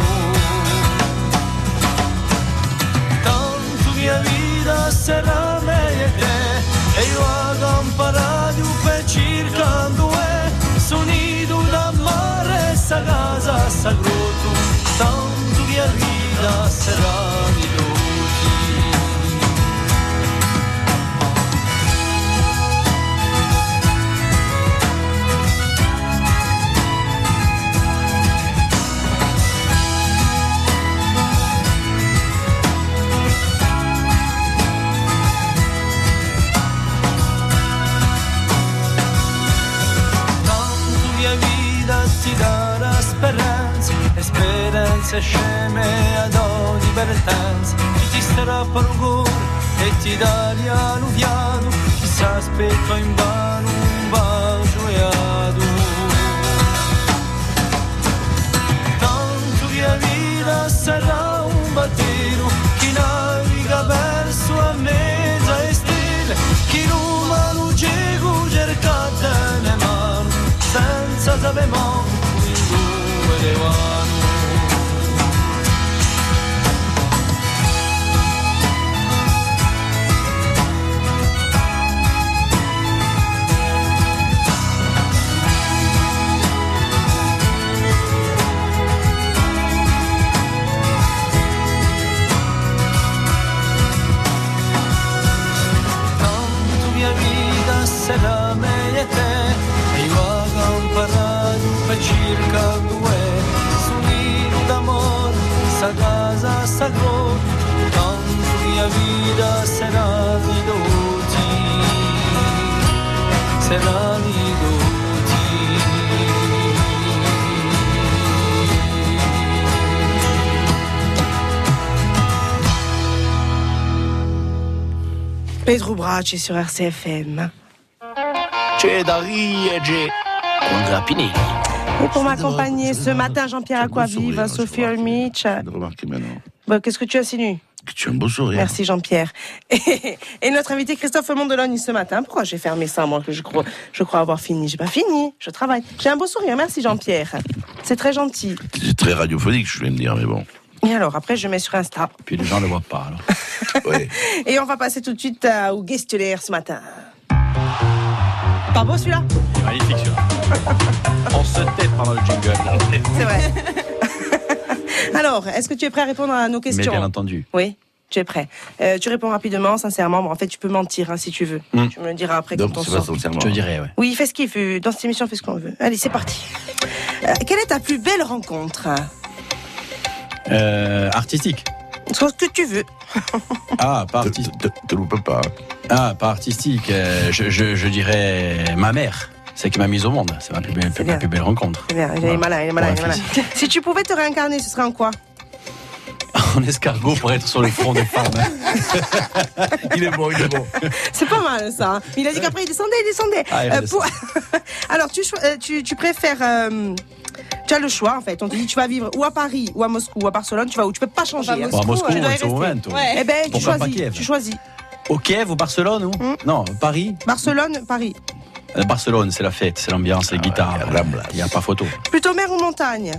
S9: tanto mia vita sarà meglio te e io a campanadio per circa due sonito da mare sa casa sa grotto tanto mia vita sarà di tutti tanto mia vita ti darà speranza e speranza sceme ad ogni pertanza chi ti strappa un cuore e ti dà l'alluviano chi s'aspetta in vano un bacio e adoro tanto via vita sarà un battino chi naviga verso a mezza e stile chi ruma luce cerca te ne mano senza sapemo in due le mano tanto mia vita sarà meglio te e io ho imparato per circa due sonino d'amore sa casa sa grotta tanto mia vita sarà di tutti sarà di tutti
S3: Pedro Bracci sur RCFM.
S10: C'è da riege con Grappinelli.
S3: Et pour m'accompagner ce matin, Jean-Pierre
S5: hein,
S3: Aquavive, Sophie Olmich.
S5: Remarquez maintenant
S3: Bon, Qu'est-ce que tu insinues
S5: que tu as un beau sourire.
S3: Merci Jean-Pierre. <laughs> Et, et notre invité Christophe Mondelogne ce matin. Pourquoi j'ai fermé ça, moi, que je crois, je crois avoir fini J'ai pas fini, je travaille. J'ai un beau sourire, merci Jean-Pierre. C'est très gentil.
S5: C'est très radiophonique, je vais me dire, mais bon.
S3: Et alors, après, je mets sur Insta.
S5: Puis les gens ne le voient pas, alors.
S3: <laughs> Et on va passer tout de suite à- au guestulaire ce matin. Pas beau celui-là
S6: Magnifique, celui-là. On se tête pendant le jingle. là.
S3: C'est vrai. alors, est-ce que tu es prêt à répondre à nos
S6: Mais
S3: questions
S6: bien entendu.
S3: Oui, tu es prêt. Euh, tu réponds rapidement, sincèrement. Bon, en fait, tu peux mentir hein, si tu veux.
S6: Hmm.
S3: Tu me le diras après quand on sort.
S6: Je dirais, ouais.
S3: Oui, il fait ce qu'il veut. Dans cette émission, il fait ce qu'on veut. Allez, c'est parti. Euh, quelle est ta plus belle rencontre
S6: Euh, artistique.
S3: Ce que tu veux.
S6: Ah, pas artistique.
S5: Te loupe pas. hein.
S6: Ah, pas artistique. Euh, je, je- je dirais ma mère. C'est qui m'a mise au monde. C'est ma plus belle, ma plus belle rencontre. <laughs>
S3: Il est il est malin, il est malin, il est malin. Si tu pouvais te réincarner, ce serait en quoi
S6: En escargot pour être sur le front des femmes. hein. <laughs> il est bon, il est bon.
S3: C'est pas mal ça. hein. Il a dit qu'après il descendait, il descendait.
S6: Ah, il
S3: Euh,
S6: redescend.
S3: pour- <laughs> Alors tu, cho- euh, tu, tu préfères. euh, Tu as le choix en fait. On te dit tu vas vivre ou à Paris ou à Moscou ou à Barcelone. Tu vas où Tu peux pas changer.
S6: Bah,
S3: hein.
S6: Moscou, Bah, Moscou,
S3: tu dois y
S6: c'est au
S3: rester.
S6: moment, toi.
S3: Eh ben tu
S6: Pourquoi pas
S3: choisis.
S6: Kiev hein.
S3: Tu choisis.
S6: Au Kiev, au Barcelone ou
S3: Mm.
S6: Non, Paris.
S3: Barcelone, Paris.
S6: Euh, Barcelone, c'est la fête, c'est l'ambiance,
S5: Ah,
S6: les guitares. Il n'y a pas photo.
S3: Plutôt mer ou montagne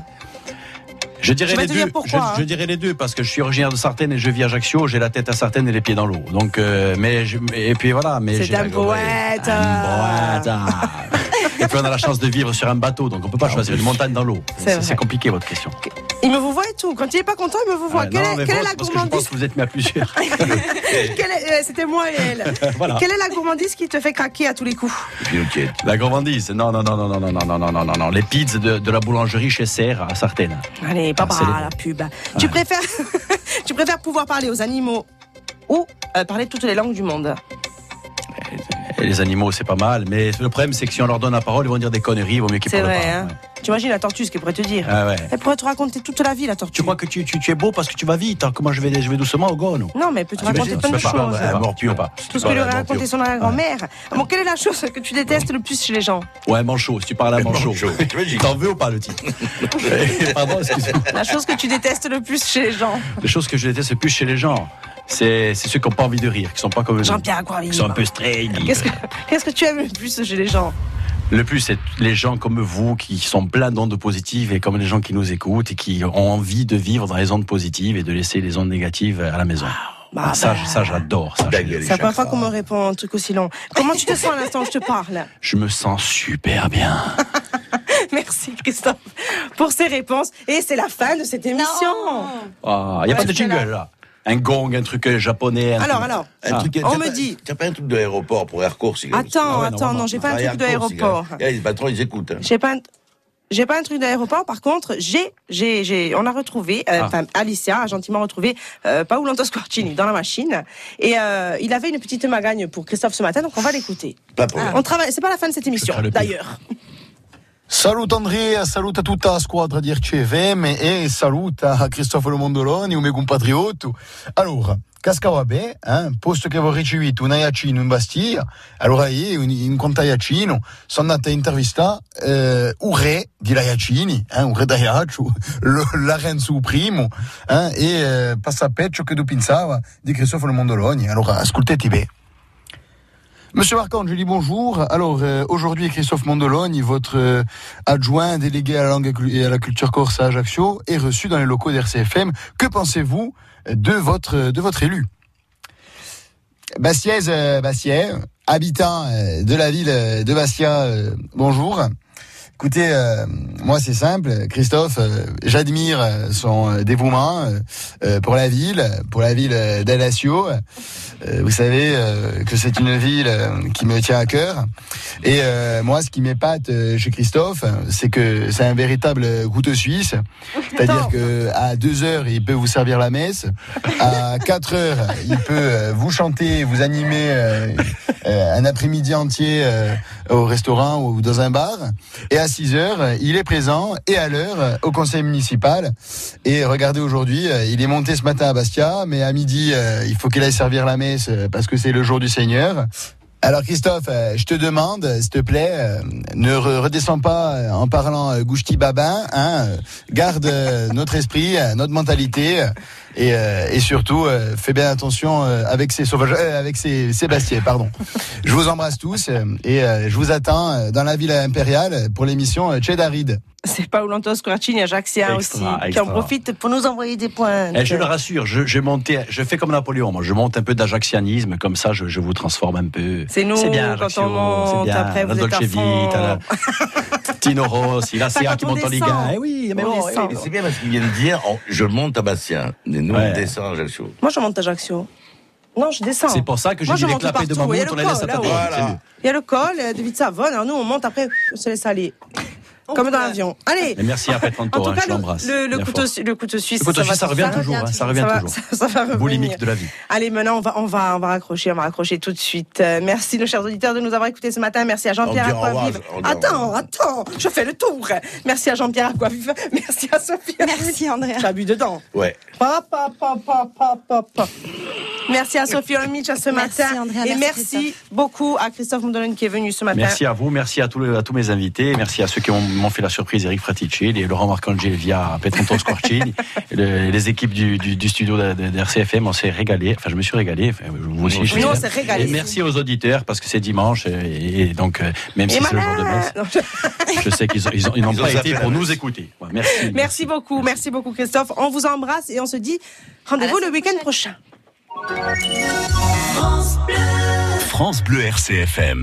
S6: Je dirais,
S3: Je vais
S6: les
S3: te dire
S6: deux, je,
S3: pourquoi,
S6: je
S3: hein.
S6: dirais les deux parce que je suis originaire de Sartène et je vis à Ajaccio, j'ai la tête à Sartène et les pieds dans l'eau. Donc, euh, mais je- et puis voilà, mais
S3: C'est
S6: j'ai la
S3: un
S6: gorge-
S3: poète.
S6: Un poète. Ah. <laughs> Et puis on a la chance de vivre sur un bateau, donc on peut pas choisir une montagne dans l'eau.
S3: Ah, C'est
S6: C'est
S3: vrai.
S6: c'est compliqué votre question.
S3: Il me vous voit et tout. Quand il est pas content, il me vous voit.
S6: Ouais,
S3: quelle
S6: Ah, non,
S3: est,
S6: mais
S3: quelle est
S6: bon,
S3: la
S6: parce que je pense
S3: gourmandise
S6: que vous êtes mis à plusieurs.
S3: <laughs> Quelle est- euh, C'était moi et elle.
S6: <laughs> Voilà.
S3: Quelle est la gourmandise qui te fait craquer à tous les coups
S6: La gourmandise, non, non, non, non, non, non, non, non, non, non, non, non, les pizzas de, de la boulangerie chez Serre à Sartène.
S3: Allez, papa,
S6: c'est les-
S3: la pub. Tu préfères, <laughs> tu préfères pouvoir parler aux animaux ou euh, parler toutes les langues du monde
S6: Et les animaux, c'est pas mal, mais le problème, c'est que si on leur donne la parole, ils vont dire des conneries, il vaut mieux qu'ils
S3: C'est
S6: parlent
S3: vrai,
S6: pas.
S3: hein. Tu imagines la tortue, ce qu'elle pourrait te dire.
S6: Ah ouais.
S3: Elle pourrait te raconter toute la vie, la tortue.
S6: Tu crois que tu, tu, tu es beau parce que tu vas vite, hein, que moi je vais, je vais doucement au go, non
S3: Non, mais elle peut te raconter plein de choses.
S6: pas.
S3: Tout ce que lui a raconté son arrière-grand-mère. Bon, quelle est la chose que tu détestes le plus chez les gens
S6: Ouais, manchot, si tu parles à manchot. T'en veux ou pas le
S3: <laughs>
S6: titre Pardon, excuse-moi.
S3: La chose que tu détestes le plus chez les gens
S6: Les choses que je déteste le plus chez les gens, c'est c'est ceux qui n'ont pas envie de rire, qui sont pas comme nous.
S3: Jean-Pierre Aquaville.
S6: Qui Oh, sont un peu strange.
S3: Qu'est-ce que, qu'est-ce que tu aimes le plus chez les gens
S6: Le plus, c'est les gens comme vous qui sont pleins d'ondes positives et comme les gens qui nous écoutent et qui ont envie de vivre dans les ondes positives et de laisser les ondes négatives à la maison. Ah, ça, je- ça j'adore. ça, je-
S3: C'est la première fois qu'on me répond un truc aussi long. Comment tu te sens à l'instant où je te parle
S6: Je me sens super bien.
S3: <laughs> Merci Christophe pour ces réponses. Et c'est la fin de cette émission.
S6: Ah, Il n'y a pas de jingle là. Un gong, un truc euh, japonais. un
S3: Alors,
S6: truc-
S3: alors.
S6: Ah.
S3: on me dit.
S5: T'as pas un truc de l'aéroport pour Air Corse
S3: Attends, attends, non, j'ai pas un truc de l'aéroport.
S5: Eh, Les patrons, ils écoutent. hein.
S3: J'ai pas un... J'ai pas un truc d'aéroport, par contre, j'ai, j'ai, j'ai, on a retrouvé, euh,
S5: Ah.
S3: enfin, Alicia a gentiment retrouvé euh, Paolo Squarcini dans la machine, et euh, il avait une petite magagne pour Christophe ce matin, donc on va l'écouter.
S5: Pas pour
S3: On travaille, c'est pas la fin de cette émission,
S20: Oh. Ah. le pire.
S3: d'ailleurs.
S20: Saluto Andrea, saluto a tutta la squadra di RCFM e saluta a Cristoforo Mondoloni, un mio compatriotto. Allora, cascava bene, eh? posto che avevo ricevuto un aiacino in Bastiglia, allora io in, in quanto aiacino sono andato a intervistare eh, un re di aiacini, eh? un re <laughs> d'aiaccio, l- Lorenzo I, eh? e eh, passapeccio che tu pensava di Cristoforo Mondoloni. Allora, ascoltati bene. Monsieur Marcand, je dis bonjour. Alors euh, aujourd'hui, Christophe Mondologne, votre euh, adjoint délégué à la langue et cul- et à la culture corse à Ajaccio, est reçu dans les locaux d'RCFM. Que pensez-vous de votre euh, de votre élu Bastiaise, euh, Bastiais, habitant euh, de la ville euh, de Bastia, euh, bonjour. Écoutez, euh, moi c'est simple, Christophe, euh, j'admire euh, son euh, dévouement euh, euh, pour la ville, pour la ville euh, d'Alassio. Euh, vous savez euh, que c'est une ville euh, qui me tient à cœur. Et euh, moi, ce qui m'épate euh, chez Christophe, c'est que c'est un véritable couteau suisse. C'est-à-dire que à deux heures, il peut vous servir la messe. À 4 heures, il peut euh, vous chanter, vous animer euh, euh, un après-midi entier euh, au restaurant ou dans un bar. Et à 6 heures, euh, il est présent et à l'heure euh, au conseil municipal. Et regardez aujourd'hui, euh, il est monté ce matin à Bastia, mais à midi, euh, il faut qu'il aille servir la messe euh, parce que c'est le jour du Seigneur. Alors Christophe, euh, je te demande, euh, s'il te plaît, euh, ne re- redescends pas euh, en parlant euh, Gouchti Babin, hein, euh, garde euh, <laughs> notre esprit, euh, notre mentalité, euh, et, euh, et surtout euh, fais bien attention euh, avec ces sauvages, euh, avec ces Sébastien, pardon. Je vous embrasse tous euh, et euh, je vous attends euh, dans la ville impériale pour l'émission euh, Chédaride.
S3: C'est Paolo Squarcini, Ajaxia
S6: Extra,
S3: aussi, qui
S6: extra.
S3: en profite pour nous envoyer des points.
S6: Eh, je le rassure, je, je, montais- je fais comme Napoléon, moi, je monte un peu d'ajaxianisme, comme ça je, je vous transforme un peu.
S3: C'est nous,
S6: bien,
S3: quand
S6: Ajaccio,
S3: on monte,
S6: c'est bien.
S3: après, vous
S6: la
S3: êtes à
S6: Dolce
S3: fond.
S6: Vita,
S3: <laughs>
S6: la- Tino Rossi, la CA qui monte en Ligue 1. Eh oui, mais bon, eh oui,
S5: C'est bien parce qu'il vient de dire oh, je monte à Bastia, mais nous on descend à Ajaccio.
S3: Moi, je monte à Ajaccio. Non, je descends.
S5: C'est pour ça que j'ai
S3: Moi,
S5: dit
S3: je
S5: les
S3: monte
S5: clapets de
S3: partout.
S5: mammouth,
S3: Il y a le
S5: on les laisse
S3: col,
S5: à ta
S3: là-haut.
S5: droite, c'est mieux.
S3: Il y a le col euh, de Vite Savone. Alors, nous, on monte après, on se laisse aller. Comme dans l'avion. Allez.
S6: Mais merci à Pet Panto,
S3: En tout
S6: hein,
S3: cas,
S6: je l'embrasse.
S3: le, le
S6: Bien
S3: couteau,
S6: fort.
S3: su- le couteau suisse.
S6: Le couteau
S3: va
S6: suisse, ça
S3: tout-
S6: revient toujours, hein, ça revient
S3: va-
S6: toujours.
S3: ça- ça va revenir.
S6: Boulimique de la vie.
S3: Allez, maintenant, on va, on va, on va raccrocher, on va raccrocher tout de suite. Euh, merci, nos chers auditeurs, de nous avoir écoutés ce matin. Merci à Jean-Pierre
S5: On dit au revoir,
S3: Aquavive.
S5: on dit au
S3: Attends, attends, je fais le tour. Merci à Jean-Pierre Aquavive. <laughs> Merci à Sophie. Merci, André. T'as bu dedans.
S5: Ouais.
S3: Pa, pa, pa, pa, pa, pa, pa. Merci à Sophie Olmich à ce
S4: Merci,
S3: matin.
S4: Andrea,
S3: Et
S4: merci,
S3: merci beaucoup à Christophe Moudoline qui est venu ce matin.
S6: Merci à vous, merci à, tous les- à tous mes invités, merci à ceux qui ont- m'ont fait la surprise, Eric Fraticci et Laurent Marcangeli via Petronto
S3: <laughs>
S6: Squarcini, le- les équipes du, du- du studio de, de- de RCFM, on s'est régalé, enfin je me suis régalé, enfin, vous aussi.
S3: Oui,
S6: je suis-
S3: on s'est régalé.
S6: Et merci aux auditeurs parce que c'est dimanche et, et donc euh, même si c'est le jour de messe, je sais qu'ils ont- ils ont- ils n'ont
S5: Ils ont
S6: pas
S5: zappé
S6: été
S5: la
S6: pour
S5: messe.
S6: nous écouter. Ouais, merci.
S3: <laughs> Merci beaucoup, merci beaucoup Christophe. On vous embrasse et on se dit rendez-vous le week-end prochain.
S15: France Bleu RCFM.